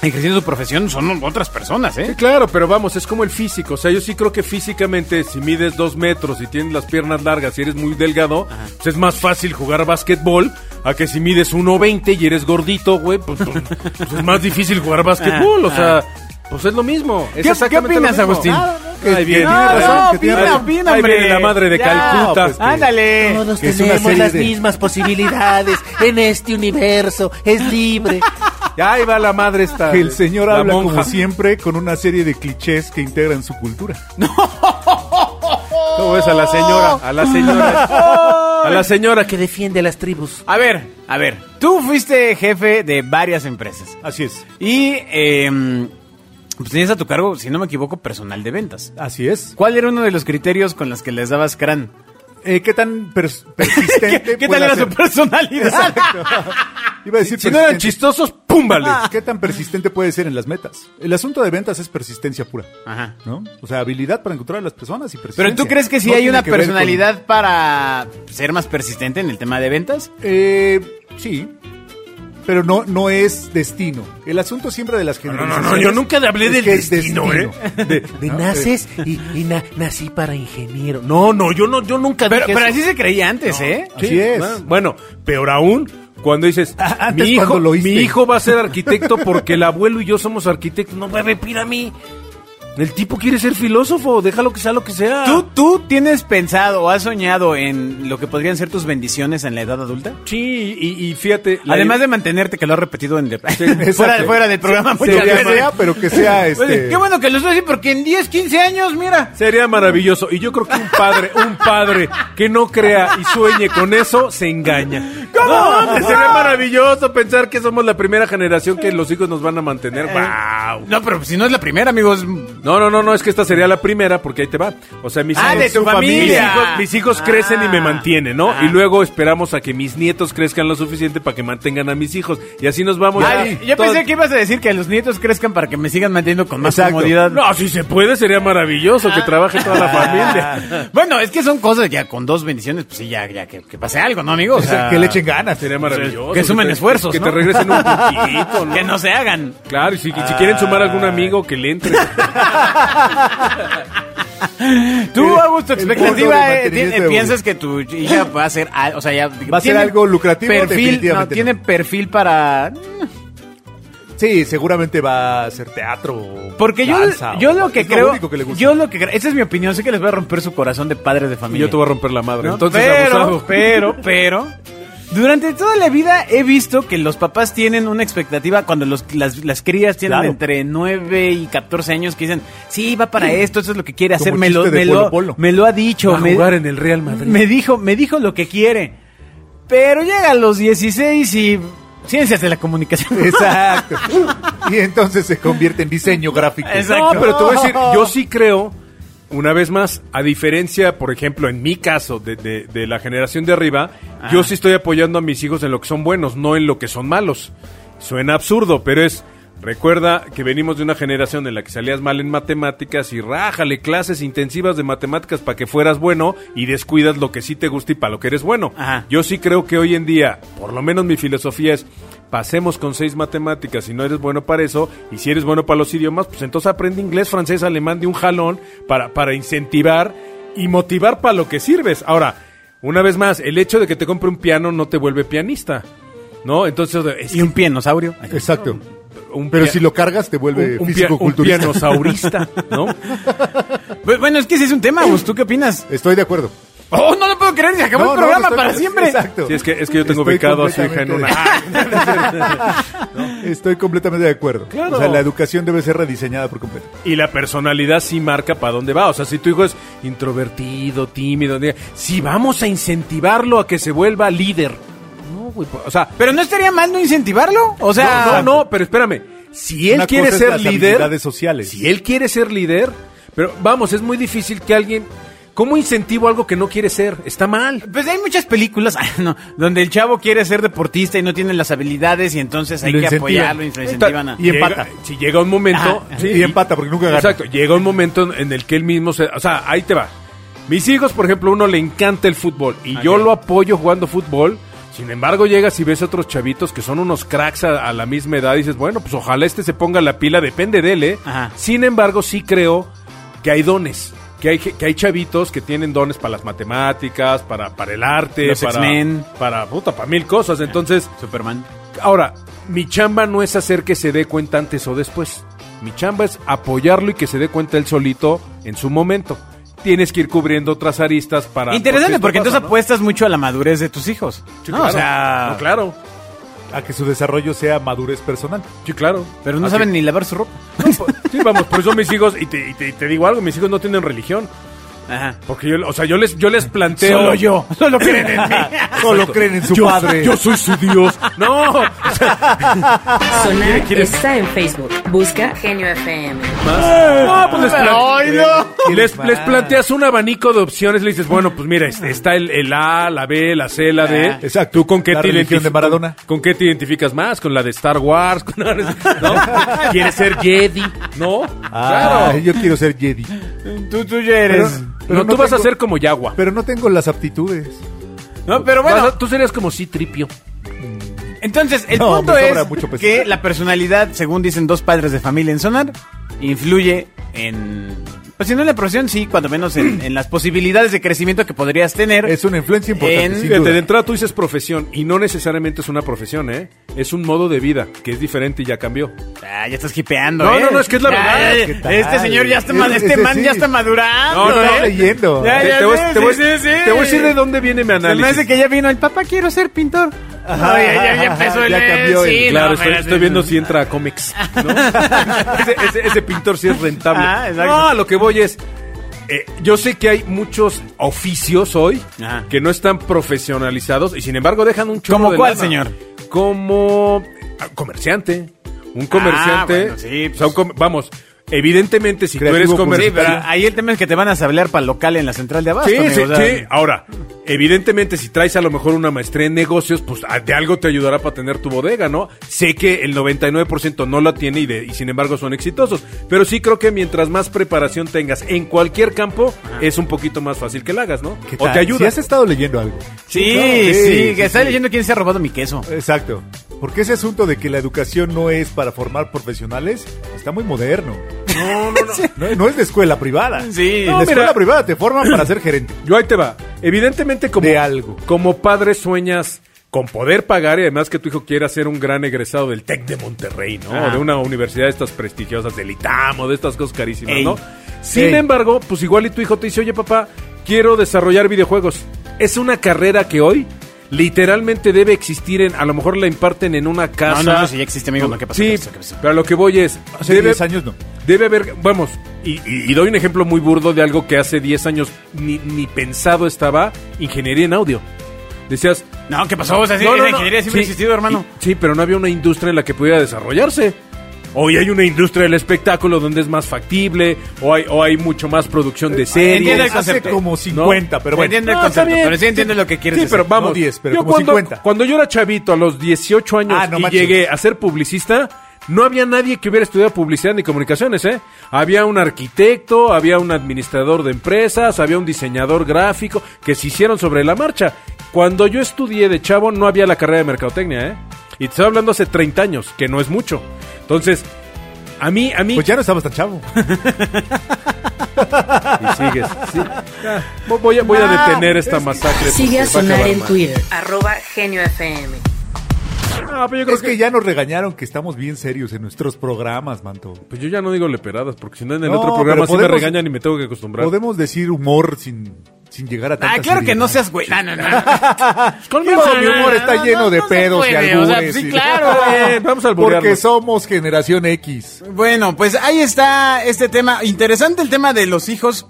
Speaker 3: ejerciendo su profesión son otras personas,
Speaker 2: Sí,
Speaker 3: ¿eh?
Speaker 2: claro, pero vamos, es como el físico. O sea, yo sí creo que físicamente, si mides dos metros y tienes las piernas largas y eres muy delgado, pues es más fácil jugar básquetbol a que si mides 1.20 y eres gordito, güey, pues, pues, pues es más difícil jugar básquetbol. O sea, pues es lo mismo. Es
Speaker 3: ¿Qué-
Speaker 2: exactamente
Speaker 3: qué
Speaker 2: lo
Speaker 3: opinas,
Speaker 2: mismo.
Speaker 3: Agustín?
Speaker 2: Claro,
Speaker 4: que-
Speaker 2: Ahí
Speaker 4: que
Speaker 2: viene.
Speaker 4: tiene
Speaker 2: Ahí
Speaker 4: razón, que
Speaker 2: viene.
Speaker 4: tiene
Speaker 2: Ahí
Speaker 4: razón.
Speaker 2: viene la madre de
Speaker 3: Ya,
Speaker 2: Calcuta.
Speaker 3: pues, ándale.
Speaker 5: Todos
Speaker 4: Que es una
Speaker 5: tenemos
Speaker 4: serie
Speaker 5: las
Speaker 4: de-
Speaker 5: mismas posibilidades en este universo. Es libre.
Speaker 2: Ya ahí va la madre esta.
Speaker 4: Que el señor
Speaker 2: la
Speaker 4: habla
Speaker 2: monja.
Speaker 4: como siempre con una serie de clichés que integran su cultura.
Speaker 2: ¿Cómo ves a la señora? A la señora. A la señora que
Speaker 5: Defiende a las tribus.
Speaker 3: A ver, a ver, tú fuiste jefe de varias empresas
Speaker 4: Así es.
Speaker 3: y eh, pues tenías a tu cargo, si no me equivoco, personal de ventas.
Speaker 4: Así es.
Speaker 3: ¿Cuál era uno de los criterios con los que les dabas crán?
Speaker 4: Eh, ¿Qué tan pers- persistente
Speaker 3: ¿Qué, qué
Speaker 4: puede
Speaker 3: tal era
Speaker 4: ser?
Speaker 3: su personalidad?
Speaker 4: Iba a decir
Speaker 2: Si no eran
Speaker 4: persistente.
Speaker 2: chistosos, ¡pum! Vale.
Speaker 4: ¿Qué tan persistente puede ser en las metas? El asunto de ventas es persistencia pura.
Speaker 3: Ajá.
Speaker 4: ¿No? O sea, habilidad para encontrar a las personas y persistencia.
Speaker 3: Pero tú crees que si
Speaker 4: No
Speaker 3: hay
Speaker 4: tiene
Speaker 3: una
Speaker 4: que ver con-
Speaker 3: personalidad para ser más persistente en el tema de ventas?
Speaker 4: Eh, sí. Pero no, no es destino. El asunto siempre de las
Speaker 2: no, no,
Speaker 4: generaciones.
Speaker 2: yo nunca le hablé del destino,
Speaker 4: ¿eh?
Speaker 5: De, de naces
Speaker 2: Eh.
Speaker 5: y, y na- nací para ingeniero. No, no, yo no, yo nunca
Speaker 3: Pero,
Speaker 5: dije
Speaker 3: pero
Speaker 5: eso.
Speaker 3: así se creía antes, ¿eh?
Speaker 4: Así
Speaker 2: Sí,
Speaker 4: es.
Speaker 2: ah, Bueno, peor aún, cuando dices,
Speaker 4: Ah, antes
Speaker 2: mi, hijo,
Speaker 4: cuando lo
Speaker 2: mi
Speaker 4: oíste".
Speaker 2: hijo va a ser arquitecto porque el abuelo y yo somos arquitectos. No me respira a mí. El tipo quiere ser filósofo, déjalo que sea lo que sea.
Speaker 3: ¿Tú, ¿Tú tienes pensado o has soñado en lo que podrían ser tus bendiciones en la edad adulta?
Speaker 2: Sí, y, y fíjate. la-
Speaker 3: Además de mantenerte, que lo has repetido en el... fuera,
Speaker 4: exacto.
Speaker 3: fuera del programa.
Speaker 4: Pero
Speaker 3: muchas
Speaker 4: que
Speaker 3: veces.
Speaker 4: sea, pero que sea
Speaker 3: Oye,
Speaker 4: este.
Speaker 3: Qué bueno que lo estoy haciendo porque en 10, 15 años, mira.
Speaker 2: Sería maravilloso. Y yo creo que un padre, un padre que no crea y sueñe con eso, se engaña.
Speaker 3: ¿Cómo?
Speaker 2: No, hombre, sería maravilloso pensar que somos la primera generación que los hijos nos van a mantener.
Speaker 3: Eh.
Speaker 2: ¡Wow!
Speaker 3: No, pero si no es la primera, amigos.
Speaker 2: No, no, no, no, es que esta sería la primera porque ahí te va. O sea, mis
Speaker 3: Ah,
Speaker 2: hijos,
Speaker 3: de tu
Speaker 2: mis
Speaker 3: familia.
Speaker 2: hijos- Mis hijos,
Speaker 3: Ah.
Speaker 2: crecen y me mantienen, ¿no?
Speaker 3: Ah.
Speaker 2: Y luego esperamos a que mis nietos crezcan lo suficiente para que mantengan a mis hijos. Y así nos vamos.
Speaker 3: Ay,
Speaker 2: ya.
Speaker 3: yo
Speaker 2: Todo-
Speaker 3: pensé que ibas a decir que los nietos crezcan para que me sigan manteniendo con más
Speaker 4: Exacto.
Speaker 3: comodidad.
Speaker 2: No, si se puede, sería maravilloso que trabaje toda la familia.
Speaker 3: Ah. Bueno, es que son cosas ya con dos bendiciones, pues sí, ya, ya que, que pase algo, ¿no, amigos?
Speaker 4: o sea, que le echen ganas.
Speaker 2: Sería maravilloso.
Speaker 3: Que sumen
Speaker 2: te-
Speaker 3: esfuerzos,
Speaker 2: Que
Speaker 3: ¿no?
Speaker 2: te regresen un poquito, ¿no?
Speaker 3: Que no se hagan.
Speaker 2: Claro, y si, y si quieren sumar a algún amigo, que le entre.
Speaker 3: Tú, Augusto, tu
Speaker 4: el mundo
Speaker 3: expectativa,
Speaker 4: del
Speaker 3: eh,
Speaker 4: mantenimiento
Speaker 3: ti- eh,
Speaker 4: de
Speaker 3: piensas que tu hija va a ser, al- o sea, ya
Speaker 4: a ser
Speaker 3: tiene
Speaker 4: algo lucrativo,
Speaker 3: perfil, no,
Speaker 4: definitivamente
Speaker 3: tiene
Speaker 4: no.
Speaker 3: perfil para
Speaker 4: Sí, seguramente va a hacer teatro. o
Speaker 3: porque yo
Speaker 4: danza,
Speaker 3: yo
Speaker 4: o-
Speaker 3: lo que
Speaker 4: es
Speaker 3: creo,
Speaker 4: único que le gusta.
Speaker 3: yo lo que creo- esa es mi opinión, sé que les voy a romper su corazón de padres de
Speaker 2: y
Speaker 3: familia.
Speaker 2: yo te voy a romper la madre.
Speaker 3: ¿no?
Speaker 2: Entonces,
Speaker 3: pero,
Speaker 2: abusado.
Speaker 3: pero, pero. Durante toda la vida he visto que los papás tienen una expectativa cuando los, las, las crías tienen
Speaker 4: Claro.
Speaker 3: entre 9 y 14 años que dicen, sí, va para esto, esto es lo que quiere
Speaker 4: Como
Speaker 3: hacer, me
Speaker 4: chiste
Speaker 3: lo,
Speaker 4: de
Speaker 3: me, lo,
Speaker 4: Polo Polo.
Speaker 3: me lo ha dicho.
Speaker 2: Va a
Speaker 3: me-
Speaker 2: jugar en el Real Madrid.
Speaker 3: Me dijo, me dijo lo que quiere. Pero llega a los 16 y ciencias de la comunicación.
Speaker 4: Exacto. y entonces se convierte en diseño gráfico.
Speaker 3: Exacto.
Speaker 2: No, pero te voy a decir, yo sí creo, una vez más, a diferencia, por ejemplo, en mi caso, de, de- de la generación de arriba, yo sí estoy apoyando a mis hijos en lo que son buenos, no en lo que son malos. Suena absurdo, pero es. Recuerda que venimos de una generación en la que salías mal en matemáticas y rájale clases intensivas de matemáticas para que fueras bueno y descuidas lo que sí te gusta y para lo que eres bueno.
Speaker 3: Ajá.
Speaker 2: Yo sí creo que hoy en día, por lo menos mi filosofía es, pasemos con seis matemáticas si no eres bueno para eso, y si eres bueno para los idiomas, pues entonces aprende inglés, francés, alemán de un jalón para, para incentivar y motivar para lo que sirves. Ahora, una vez más, el hecho de que te compre un piano no te vuelve pianista, ¿no? Entonces, es
Speaker 3: Y un pienosaurio.
Speaker 4: Exacto.
Speaker 2: un
Speaker 4: Pero
Speaker 2: pia-
Speaker 4: si lo cargas, te
Speaker 2: un,
Speaker 4: vuelve
Speaker 2: un pia- un
Speaker 4: físico-culturista.
Speaker 2: pianosaurista, ¿no?
Speaker 3: Pues, Bueno, es que ese es un tema, Gus, ¿tú qué opinas?
Speaker 4: Estoy de acuerdo.
Speaker 3: Oh, no lo puedo creer, se acabó
Speaker 4: No,
Speaker 3: el
Speaker 4: no,
Speaker 3: programa
Speaker 4: estoy-
Speaker 3: para siempre.
Speaker 4: Exacto.
Speaker 2: Sí, es que, es que yo tengo
Speaker 4: Estoy
Speaker 2: becado a su hija en una...
Speaker 4: completamente Estoy completamente de acuerdo.
Speaker 2: Claro.
Speaker 4: O sea, la educación debe ser rediseñada por completo.
Speaker 2: Y la personalidad sí marca para dónde va. O sea, si tu hijo es introvertido, tímido, diga, si vamos a incentivarlo a que se vuelva líder. No, güey, pues, o sea,
Speaker 3: Pero no estaría mal no incentivarlo. O sea,
Speaker 2: no, no, no, pero espérame. Si él
Speaker 4: Una
Speaker 2: quiere
Speaker 4: cosa es
Speaker 2: ser
Speaker 4: las
Speaker 2: líder,
Speaker 4: habilidades sociales.
Speaker 2: si él quiere ser líder, pero vamos, es muy difícil que alguien ¿Cómo incentivo algo que no quiere ser? Está mal.
Speaker 3: Pues hay muchas películas ah, no, donde el chavo quiere ser deportista y no tiene las habilidades y entonces hay
Speaker 4: Lo
Speaker 3: que
Speaker 4: incentivan.
Speaker 3: apoyarlo y lo incentivan. a-
Speaker 4: Y empata.
Speaker 2: Llega- si llega un momento,
Speaker 4: Ajá. Y empata, porque nunca gana.
Speaker 2: Exacto, llega un momento en el que él mismo se, o sea, ahí te va. Mis hijos, por ejemplo, uno le encanta el fútbol y
Speaker 3: Ah,
Speaker 2: yo lo apoyo jugando fútbol. Sin embargo, llegas y ves a otros chavitos que son unos cracks a, a la misma edad y dices, bueno, pues ojalá este se ponga la pila, depende de él, ¿eh?
Speaker 3: Ajá.
Speaker 2: Sin embargo, sí creo que hay dones. Que hay, que hay chavitos que tienen dones para las matemáticas, para, para el arte,
Speaker 3: Los
Speaker 2: para,
Speaker 3: X-Men.
Speaker 2: para, puta, para mil cosas. Entonces,
Speaker 3: Superman.
Speaker 2: Ahora, mi chamba no es hacer que se dé cuenta antes o después. Mi chamba es apoyarlo y que se dé cuenta él solito en su momento. Tienes que ir cubriendo otras aristas para.
Speaker 3: Interesante, porque
Speaker 2: esto
Speaker 3: entonces
Speaker 2: pasa, ¿no?
Speaker 3: apuestas mucho a la madurez de tus hijos.
Speaker 2: Sí,
Speaker 3: ¿no?
Speaker 2: claro.
Speaker 3: O sea,
Speaker 2: No, claro.
Speaker 4: A que su desarrollo sea madurez personal.
Speaker 2: Sí, claro.
Speaker 3: pero no
Speaker 2: Así-
Speaker 3: saben ni lavar su ropa.
Speaker 2: No, po- sí, vamos, por eso mis hijos, y te, y te- y te digo algo, mis hijos no tienen religión.
Speaker 3: Ajá.
Speaker 2: Porque yo, o sea, yo les, yo les planteo.
Speaker 3: Solo yo. Solo creen en mí.
Speaker 4: Solo creen en su padre.
Speaker 2: Yo soy su Dios. No. o sea,
Speaker 1: Sonar
Speaker 2: ¿Quieres-
Speaker 1: está en Facebook. Busca Genio FM.
Speaker 2: No, pues les, plan-
Speaker 3: Ay, no.
Speaker 2: les,
Speaker 4: Qué
Speaker 2: les
Speaker 4: mal.
Speaker 2: planteas un abanico de opciones, le dices, bueno, pues mira, este, está el, el A, la B, la C, la D.
Speaker 3: Ah,
Speaker 4: exacto.
Speaker 2: ¿Tú con qué,
Speaker 4: La
Speaker 2: te
Speaker 4: religión
Speaker 2: identifi-
Speaker 4: de Maradona.
Speaker 2: Con, qué te identificas más? ¿Con la de Star Wars? ¿Con- ¿No? ¿Quieres ser Jedi? ¿No?
Speaker 4: Ah,
Speaker 2: claro.
Speaker 4: yo quiero ser Jedi.
Speaker 3: Tú, tú ya eres.
Speaker 4: Pero-
Speaker 2: no, tú vas a
Speaker 4: tengo-
Speaker 2: ser como Yagua.
Speaker 4: Pero no tengo las aptitudes.
Speaker 3: No, pero
Speaker 2: Vas
Speaker 3: bueno.
Speaker 2: a- tú serías como Citripio.
Speaker 3: Entonces, el
Speaker 4: No,
Speaker 3: punto
Speaker 4: me
Speaker 3: es
Speaker 4: sobra mucho peso.
Speaker 3: que la personalidad, según dicen dos padres de familia en Sonar, influye en... Pues si no en la profesión, sí, cuando menos en, en las posibilidades de crecimiento que podrías tener.
Speaker 4: Es una influencia importante.
Speaker 3: En-
Speaker 4: sin
Speaker 2: Fíjate,
Speaker 4: duda.
Speaker 2: de entrada tú dices profesión y no necesariamente es una profesión, ¿eh? es un modo de vida que es diferente y ya cambió.
Speaker 3: Ah, ya estás hipeando,
Speaker 2: No,
Speaker 3: ¿eh?
Speaker 2: no, no, es que es la verdad.
Speaker 3: eh,
Speaker 4: ¿Qué tal?
Speaker 3: Este señor ya está,
Speaker 4: Es-
Speaker 3: ma- este
Speaker 4: es
Speaker 3: man ya
Speaker 4: decir,
Speaker 3: está madurando.
Speaker 2: No, no, no,
Speaker 3: ¿eh?
Speaker 4: leyendo.
Speaker 3: Ya,
Speaker 2: Te-
Speaker 3: ya
Speaker 2: te voy-
Speaker 3: sé,
Speaker 2: te voy-
Speaker 3: sí, sí, sí.
Speaker 2: te voy a decir de dónde viene mi
Speaker 3: Se
Speaker 2: análisis.
Speaker 3: me hace que ya vino el papá, quiero ser pintor.
Speaker 4: Ajá,
Speaker 3: Ay, ya, ya
Speaker 4: ajá,
Speaker 3: empezó el
Speaker 4: ya cambió el-
Speaker 3: sí,
Speaker 2: Claro,
Speaker 3: no,
Speaker 2: estoy,
Speaker 3: pero-
Speaker 2: estoy viendo si entra a cómics. ¿no? ese, ese- ese pintor sí es rentable.
Speaker 3: Ah, exacto.
Speaker 2: no, a lo que voy es. eh, yo sé que hay muchos oficios hoy
Speaker 3: Ajá.
Speaker 2: que no están profesionalizados y sin embargo dejan un chorro
Speaker 3: ¿Cómo
Speaker 2: de
Speaker 3: cuál,
Speaker 2: lana.
Speaker 3: señor?
Speaker 2: Como ah, comerciante. Un comerciante.
Speaker 3: Ah, bueno, sí, pues.
Speaker 2: o sea, un com- vamos, evidentemente, si tú eres
Speaker 4: Creativo
Speaker 3: Sí,
Speaker 2: comerciante.
Speaker 3: pero ahí el tema es que te van a sablear para local en la central de abasto.
Speaker 2: Sí,
Speaker 3: amigo,
Speaker 2: sí,
Speaker 3: o sea,
Speaker 2: sí. Ahora, evidentemente, si traes a lo mejor una maestría en negocios, pues a- de algo te ayudará para tener tu bodega, ¿no? Sé que el 99% no la tiene y, de- y sin embargo son exitosos. Pero sí creo que mientras más preparación tengas en cualquier campo, es un poquito más fácil que la hagas, ¿no?
Speaker 4: ¿Qué
Speaker 2: O
Speaker 4: tal?
Speaker 2: te ayuda.
Speaker 4: Si has estado leyendo algo.
Speaker 3: Sí,
Speaker 4: claro.
Speaker 3: sí,
Speaker 4: Sí,
Speaker 3: que
Speaker 4: sí,
Speaker 3: está
Speaker 4: sí.
Speaker 3: leyendo quién se ha robado mi queso.
Speaker 4: Exacto. Porque ese asunto de que la educación no es para formar profesionales está muy moderno.
Speaker 2: No, no, no.
Speaker 4: No, no es de escuela privada.
Speaker 3: Sí.
Speaker 4: En
Speaker 2: No,
Speaker 4: la escuela
Speaker 2: mira.
Speaker 4: privada te forman para ser gerente.
Speaker 2: Yo ahí te va. Evidentemente como,
Speaker 4: De algo.
Speaker 2: como padre sueñas con poder pagar y además que tu hijo quiera ser un gran egresado del TEC de Monterrey, ¿no?
Speaker 3: Ajá.
Speaker 2: De una universidad de estas prestigiosas, del ITAM o de estas cosas carísimas,
Speaker 3: Ey.
Speaker 2: ¿no? Sin
Speaker 3: Ey.
Speaker 2: embargo, pues igual y tu hijo te dice, oye papá, quiero desarrollar videojuegos. Es una carrera que hoy literalmente debe existir en, a lo mejor la imparten en una casa.
Speaker 3: no, no, si ya existe, amigo, no, ¿qué pasó,
Speaker 2: Sí,
Speaker 3: qué pasó, qué pasó?
Speaker 2: pero a lo que voy es...
Speaker 4: Hace
Speaker 2: debe-
Speaker 4: 10 años no.
Speaker 2: Debe haber, vamos, y, y- y doy un ejemplo muy burdo de algo que hace 10 años ni, ni pensado estaba, ingeniería en audio. Decías...
Speaker 3: No, ¿qué pasó? O sea, sí, Ah,
Speaker 2: "No, no,
Speaker 3: esa
Speaker 2: no".
Speaker 3: ingeniería siempre ha
Speaker 2: Sí,
Speaker 3: existido, hermano.
Speaker 2: y- sí, pero no había una industria en la que pudiera desarrollarse. Hoy hay una industria del espectáculo donde es más factible, o hay, o hay mucho más producción de
Speaker 3: Eh, Entiendo
Speaker 2: series.
Speaker 3: el concepto.
Speaker 4: Hace como 50, pero bueno.
Speaker 3: Entiendo el
Speaker 2: No, está
Speaker 3: concepto,
Speaker 2: bien.
Speaker 3: pero sí entiendo lo que quieres
Speaker 2: Sí,
Speaker 3: decir.
Speaker 2: pero vamos.
Speaker 4: No 10, pero
Speaker 2: yo
Speaker 4: como
Speaker 2: cuando,
Speaker 4: 50.
Speaker 2: Cuando yo era chavito, a los 18 años,
Speaker 4: Ah, no
Speaker 2: y
Speaker 4: manches.
Speaker 2: llegué a ser publicista, no había nadie que hubiera estudiado publicidad ni comunicaciones, ¿eh? Había un arquitecto, había un administrador de empresas, había un diseñador gráfico, que se hicieron sobre la marcha. Cuando yo estudié de chavo, no había la carrera de mercadotecnia, ¿eh? Y te estoy hablando hace 30 años, que no es mucho. Entonces, a mí, a mí...
Speaker 4: Pues ya no estabas tan chavo.
Speaker 2: Y sigues, sí. Ya, Voy a, voy a detener esta masacre.
Speaker 1: Sigue a
Speaker 2: porque va
Speaker 1: sonar
Speaker 2: acabar
Speaker 1: en
Speaker 2: mal.
Speaker 1: Twitter. Arroba Genio FM.
Speaker 2: Ah, pero yo creo
Speaker 4: Es que ya nos regañaron que estamos bien serios en nuestros programas, Manto.
Speaker 2: Pues yo ya no digo leperadas, porque si no en el
Speaker 4: No,
Speaker 2: otro programa
Speaker 4: pero
Speaker 2: sí me
Speaker 4: podemos-
Speaker 2: regañan y me tengo que acostumbrar.
Speaker 4: Podemos decir humor sin, sin llegar a tanta
Speaker 3: Ah, claro que
Speaker 4: seriedad.
Speaker 3: no seas güey. No, no, no.
Speaker 2: Pues
Speaker 4: Todo mi humor está lleno de pedos y
Speaker 3: puede, o sea,
Speaker 4: albures.
Speaker 3: sí,
Speaker 4: y-
Speaker 3: claro.
Speaker 2: Eh, vamos al
Speaker 4: Porque somos generación X.
Speaker 3: Bueno, pues ahí está este tema. Interesante el tema de los hijos.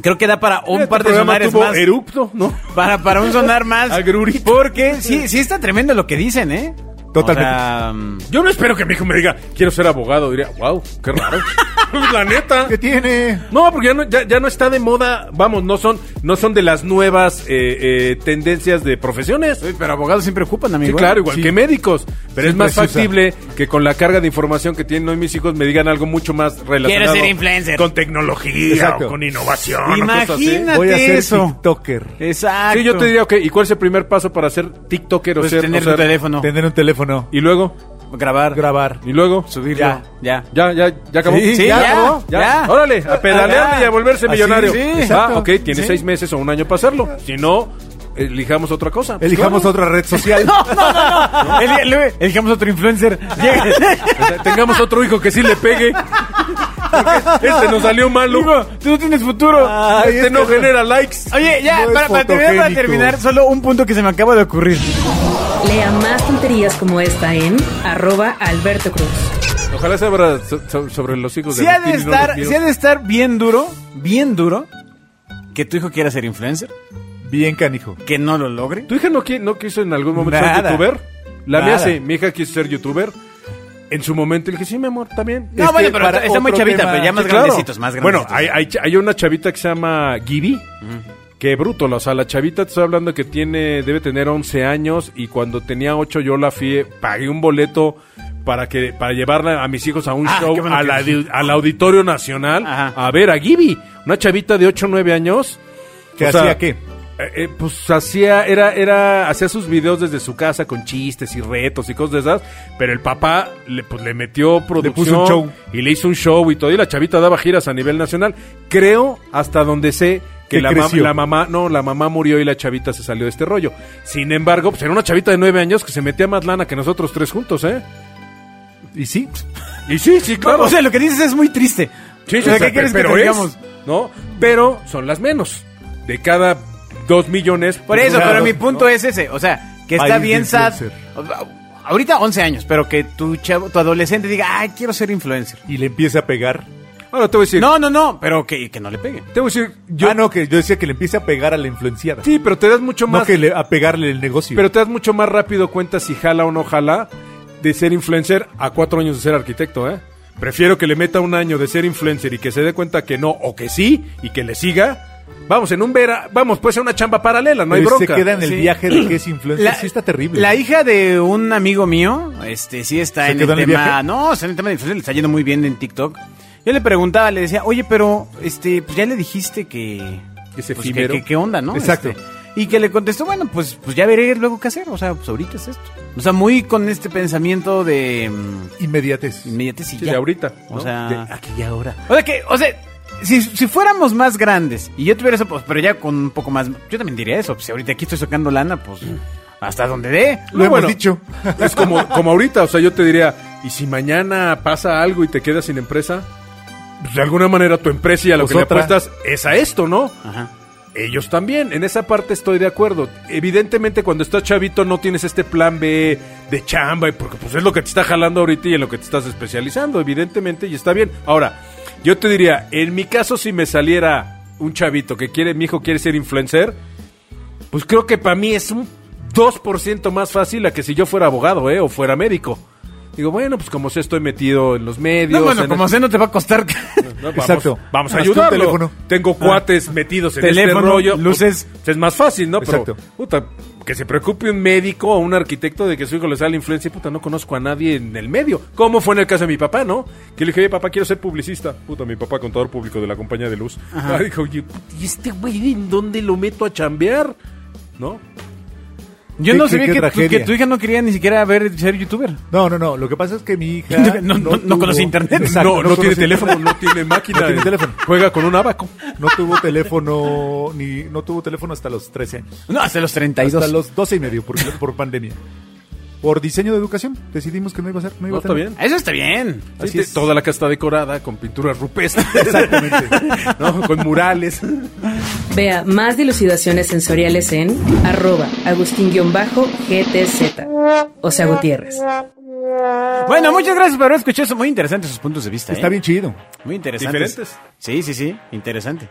Speaker 3: Creo que da para un par de sonares
Speaker 2: tuvo
Speaker 3: más.
Speaker 2: erupto, ¿no?
Speaker 3: Para, para un sonar más.
Speaker 2: Agrurito.
Speaker 3: Porque sí, sí está tremendo lo que dicen, ¿eh?
Speaker 4: Totalmente.
Speaker 3: O sea, mm,
Speaker 2: Yo no espero que mi hijo me diga, quiero ser abogado. Diría, wow, qué raro. La neta.
Speaker 4: ¿Qué tiene?
Speaker 2: No, porque ya no, ya, ya no está de moda. Vamos, no son, no son de las nuevas eh, eh, tendencias de profesiones.
Speaker 3: uy, pero abogados siempre ocupan, amigo. ¿eh?
Speaker 2: Sí, claro, igual
Speaker 4: sí.
Speaker 2: que médicos. Pero es
Speaker 4: Siempre
Speaker 2: más
Speaker 4: se usa.
Speaker 2: factible que con la carga de información que tienen hoy mis hijos me digan algo mucho más relacionado.
Speaker 3: ser influencer.
Speaker 2: Con tecnología
Speaker 4: Exacto.
Speaker 2: o con innovación. O cosas ¿eh? así.
Speaker 3: Imagínate
Speaker 4: Voy a ser
Speaker 3: eso.
Speaker 4: TikToker.
Speaker 3: Exacto.
Speaker 2: Sí, yo te diría, ok, ¿y cuál es el primer paso para ser TikToker o
Speaker 3: Pues
Speaker 2: ser...
Speaker 3: tener
Speaker 2: o ser-
Speaker 3: tu teléfono,
Speaker 4: Tener un teléfono.
Speaker 2: Y luego,
Speaker 3: grabar,
Speaker 4: Grabar.
Speaker 2: y luego...
Speaker 3: subirlo.
Speaker 4: Ya.
Speaker 3: ya.
Speaker 2: Ya, ya, ya acabó.
Speaker 3: Sí, ya,
Speaker 2: acabó,
Speaker 3: ya.
Speaker 2: Órale, a pedalearle
Speaker 3: Ah,
Speaker 2: y a volverse
Speaker 3: así,
Speaker 2: millonario.
Speaker 3: sí,
Speaker 2: ah,
Speaker 3: exacto.
Speaker 2: ok, tiene
Speaker 3: Sí.
Speaker 2: seis meses o un año para hacerlo. Si no, elijamos otra cosa.
Speaker 4: Elijamos
Speaker 2: Claro.
Speaker 4: otra red social.
Speaker 3: No, no, no. El- el- Elijamos otro influencer. Llega-
Speaker 2: O sea, Tengamos otro hijo que sí le pegue. Porque Este nos salió malo.
Speaker 3: Digo, tú no tienes futuro.
Speaker 4: Ay,
Speaker 2: este
Speaker 4: es
Speaker 2: no
Speaker 4: que-
Speaker 2: genera likes.
Speaker 3: Oye, ya,
Speaker 4: No es
Speaker 3: para, para terminar, para
Speaker 4: fotogénico.
Speaker 3: terminar, solo un punto que se me acaba de ocurrir.
Speaker 1: Lea más tonterías como esta en arroba Alberto Cruz.
Speaker 2: Ojalá se abra so- so- sobre los hijos
Speaker 3: Si
Speaker 2: de
Speaker 3: ha de
Speaker 2: Agustín y no los
Speaker 3: estar,
Speaker 2: míos.
Speaker 3: sí ha de estar bien duro, bien duro, que tu hijo quiera ser influencer,
Speaker 4: Bien canijo.
Speaker 3: que no lo logre.
Speaker 2: ¿Tu hija no, qui- no quiso en algún momento ser
Speaker 3: Nada.
Speaker 2: youtuber? La mía
Speaker 3: Nada.
Speaker 2: sí, mi hija quiso ser youtuber. En su momento le dije, sí, mi amor, también.
Speaker 3: No,
Speaker 4: Este,
Speaker 3: bueno, pero
Speaker 4: para
Speaker 3: está, está muy
Speaker 4: otro
Speaker 3: chavita,
Speaker 4: tema-
Speaker 3: pero ya más
Speaker 2: Sí, claro.
Speaker 3: grandecitos, más grandecitos.
Speaker 2: Bueno, hay, hay, ch- hay una chavita que se llama Gibby. Que bruto, o sea, la chavita te estoy hablando que tiene, debe tener 11 años y cuando tenía 8 yo la fui, pagué un boleto para que para llevarla a mis hijos a un
Speaker 3: Ah,
Speaker 2: show
Speaker 3: qué bueno
Speaker 2: al
Speaker 3: que-
Speaker 2: audi- al Auditorio Nacional
Speaker 3: Ajá.
Speaker 2: a ver a Gibby, una chavita de 8 o 9 años.
Speaker 4: ¿Que
Speaker 2: O sea,
Speaker 4: hacía qué?
Speaker 2: eh, eh, pues hacía, era, era, hacía sus videos desde su casa con chistes y retos y cosas de esas, pero el papá le, pues, le metió producción
Speaker 4: puso un show.
Speaker 2: y le hizo un show y todo, y la chavita daba giras a nivel nacional. Creo, hasta donde sé, que
Speaker 4: Que
Speaker 2: la, ma-
Speaker 4: creció.
Speaker 2: la mamá, no, la mamá murió y la chavita se salió de este rollo. Sin embargo, pues era una chavita de nueve años que se metía más lana que nosotros tres juntos, ¿eh?
Speaker 4: Y sí,
Speaker 2: Y sí, sí, claro.
Speaker 3: O sea, lo que dices es muy triste.
Speaker 2: Sí,
Speaker 3: O
Speaker 2: sí,
Speaker 3: sea,
Speaker 2: o sea,
Speaker 3: ¿qué quieres que
Speaker 2: pero
Speaker 3: te
Speaker 2: es,
Speaker 3: digamos?
Speaker 2: ¿No? Pero son las menos. De cada dos millones. pues,
Speaker 3: Por eso,
Speaker 4: Claro,
Speaker 3: pero mi
Speaker 2: ¿no?
Speaker 3: punto es ese. O sea, que está
Speaker 4: País de
Speaker 3: bien sad.
Speaker 4: influencer.
Speaker 3: Ahorita 11 años, pero que tu chavo, tu adolescente diga, ay, quiero ser influencer.
Speaker 4: y le empieza a pegar.
Speaker 2: Ahora te voy a decir.
Speaker 3: No, no, no, pero que, que no le pegue.
Speaker 2: Te voy a decir.
Speaker 4: Yo, ah, no, que yo decía que le empiece a pegar a la influenciada.
Speaker 2: Sí, pero te das mucho más.
Speaker 4: no que le- a pegarle el negocio.
Speaker 2: Pero te das mucho más rápido cuenta si jala o no jala de ser influencer a cuatro años de ser arquitecto, ¿eh? Prefiero que le meta un año de ser influencer y que se dé cuenta que no o que sí y que le siga. Vamos, en un vera, vamos, puede ser una chamba paralela, no hay
Speaker 4: Pero
Speaker 2: bronca.
Speaker 4: se Este, queda en el
Speaker 3: Sí.
Speaker 4: viaje de que es influencer. sí está terrible.
Speaker 3: La hija de un amigo mío, este, sí está
Speaker 4: ¿Se
Speaker 3: en el
Speaker 4: quedó en
Speaker 3: tema.
Speaker 4: el viaje?
Speaker 3: No, está en el tema de influencer, le está yendo muy bien en TikTok. Yo le preguntaba, le decía, oye, pero, este, pues ya le dijiste que. pues,
Speaker 2: Es
Speaker 3: que-
Speaker 2: efímero.
Speaker 3: que- ¿Qué onda, no?
Speaker 4: Exacto.
Speaker 3: Este, y que le contestó, bueno, pues, pues ya veré luego qué hacer. O sea, pues ahorita es esto. O sea, muy con este pensamiento de. mm,
Speaker 4: Inmediatez.
Speaker 3: Inmediatez y
Speaker 2: Sí,
Speaker 3: ya.
Speaker 2: de ahorita.
Speaker 3: O
Speaker 2: ¿no?
Speaker 3: sea.
Speaker 2: De-
Speaker 5: Aquí y ahora.
Speaker 3: O sea que, o sea, si, si fuéramos más grandes y yo tuviera eso, pues, pero ya con un poco más. Yo también diría eso. pues, Si ahorita aquí estoy sacando lana, pues hasta donde dé.
Speaker 4: Lo hemos
Speaker 2: bueno.
Speaker 4: dicho.
Speaker 2: Es como, como ahorita, o sea, yo te diría, ¿y si mañana pasa algo y te quedas sin empresa? Pues, de alguna manera tu empresa y a lo
Speaker 4: Pues
Speaker 2: que
Speaker 4: otra.
Speaker 2: le apuestas es a esto, ¿no?
Speaker 3: Ajá.
Speaker 2: Ellos también, en esa parte estoy de acuerdo. Evidentemente cuando estás chavito no tienes este plan B de chamba, y porque pues es lo que te está jalando ahorita y en lo que te estás especializando, evidentemente, y está bien. Ahora, yo te diría, en mi caso si me saliera un chavito que quiere, mi hijo quiere ser influencer, pues creo que para mí es un 2% más fácil a que si yo fuera abogado, ¿eh? O fuera médico. Digo, bueno, pues como sé, estoy metido en los medios.
Speaker 3: No, bueno,
Speaker 2: en-
Speaker 3: como sé, no te va a costar.
Speaker 2: no, vamos,
Speaker 4: Exacto.
Speaker 2: Vamos a
Speaker 4: Más que un
Speaker 2: ayudarlo.
Speaker 4: teléfono. Ah.
Speaker 2: Tengo cuates metidos en
Speaker 3: Teléfono,
Speaker 2: este rollo.
Speaker 3: luces.
Speaker 2: Pues, Es más fácil, ¿no? Pero,
Speaker 4: Exacto.
Speaker 2: puta, que se preocupe un médico o un arquitecto de que su hijo le sale influencia. Puta, no conozco a nadie en el medio. Como fue en el caso de mi papá, ¿no? Que le dije, oye, papá, quiero ser publicista. Puta, mi papá, contador público de la compañía de luz. Ah, dijo, oye, puta, ¿y este güey en dónde lo meto a chambear? ¿No?
Speaker 3: Yo
Speaker 4: Qué-
Speaker 3: no
Speaker 4: qué-
Speaker 3: sabía
Speaker 4: qué
Speaker 3: que, tu,
Speaker 4: tragedia.
Speaker 3: que tu hija no quería ni siquiera ver ser youtuber.
Speaker 4: No, no, no. Lo que pasa es que mi hija.
Speaker 3: No, no- no
Speaker 4: tuvo-
Speaker 3: conoce internet.
Speaker 4: Exacto,
Speaker 2: no, no, tiene
Speaker 4: conoce
Speaker 2: teléfono,
Speaker 4: internet.
Speaker 2: no tiene máquina.
Speaker 4: No tiene
Speaker 2: eh.
Speaker 4: teléfono.
Speaker 2: Juega con un abaco.
Speaker 4: No tuvo teléfono. Ni, no tuvo teléfono hasta los 13 años.
Speaker 3: No, hasta los
Speaker 4: Hasta
Speaker 3: 32.
Speaker 4: los 12 y medio por, por pandemia. Por diseño de educación. Decidimos que no iba a ser. No, iba
Speaker 2: No,
Speaker 4: a
Speaker 2: está
Speaker 4: tener.
Speaker 2: bien.
Speaker 3: Eso está bien.
Speaker 2: Sí,
Speaker 4: Así
Speaker 2: te-
Speaker 4: es.
Speaker 2: Toda la casa está decorada con pinturas rupestres. Exactamente. ¿no? Con murales.
Speaker 1: Vea más dilucidaciones sensoriales en arroba agustín-gtz. O sea, Gutiérrez.
Speaker 3: Bueno, muchas gracias por haber escuchado. Son muy interesantes sus puntos de vista.
Speaker 4: Está
Speaker 3: ¿eh?
Speaker 4: bien chido.
Speaker 3: Muy interesantes.
Speaker 2: Diferentes.
Speaker 3: Sí, sí, sí. Interesante.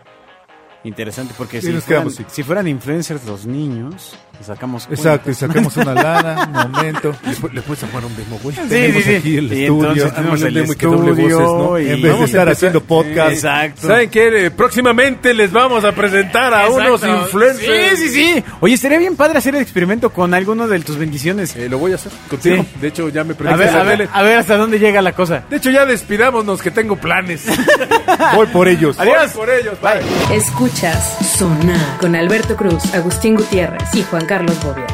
Speaker 3: Interesante, porque
Speaker 4: Sí,
Speaker 3: si,
Speaker 4: nos
Speaker 3: fueran,
Speaker 4: quedamos, sí.
Speaker 3: si fueran influencers los niños, sacamos cuentas.
Speaker 4: Exacto. Y sacamos una lana. Un aumento.
Speaker 2: Le puedes armar un demo, güey.
Speaker 4: Tenemos aquí el
Speaker 3: Y
Speaker 4: estudio,
Speaker 3: entonces tenemos
Speaker 2: armamos el
Speaker 3: el
Speaker 2: demo y que doble
Speaker 3: estudio y-
Speaker 2: voces,
Speaker 4: En vez de
Speaker 2: Vamos a
Speaker 4: estar
Speaker 2: empezar-
Speaker 4: haciendo podcast.
Speaker 3: Exacto.
Speaker 2: ¿Saben qué? Eh, Próximamente les vamos a presentar a unos
Speaker 3: Exacto.
Speaker 2: influencers.
Speaker 3: Sí, sí, sí. Oye, estaría bien padre hacer el experimento con alguno de tus bendiciones.
Speaker 2: Eh, lo voy a hacer contigo.
Speaker 3: Sí.
Speaker 2: De hecho, ya me
Speaker 3: A ver,
Speaker 2: pregunté.
Speaker 3: a ver, a ver hasta dónde llega la cosa.
Speaker 2: De hecho, ya despidámonos que tengo planes.
Speaker 4: Voy por ellos.
Speaker 3: Adiós.
Speaker 2: Voy por ellos. Bye.
Speaker 1: Escuchas Sonar con Alberto Cruz, Agustín Gutiérrez y Juan Carlos Bobia.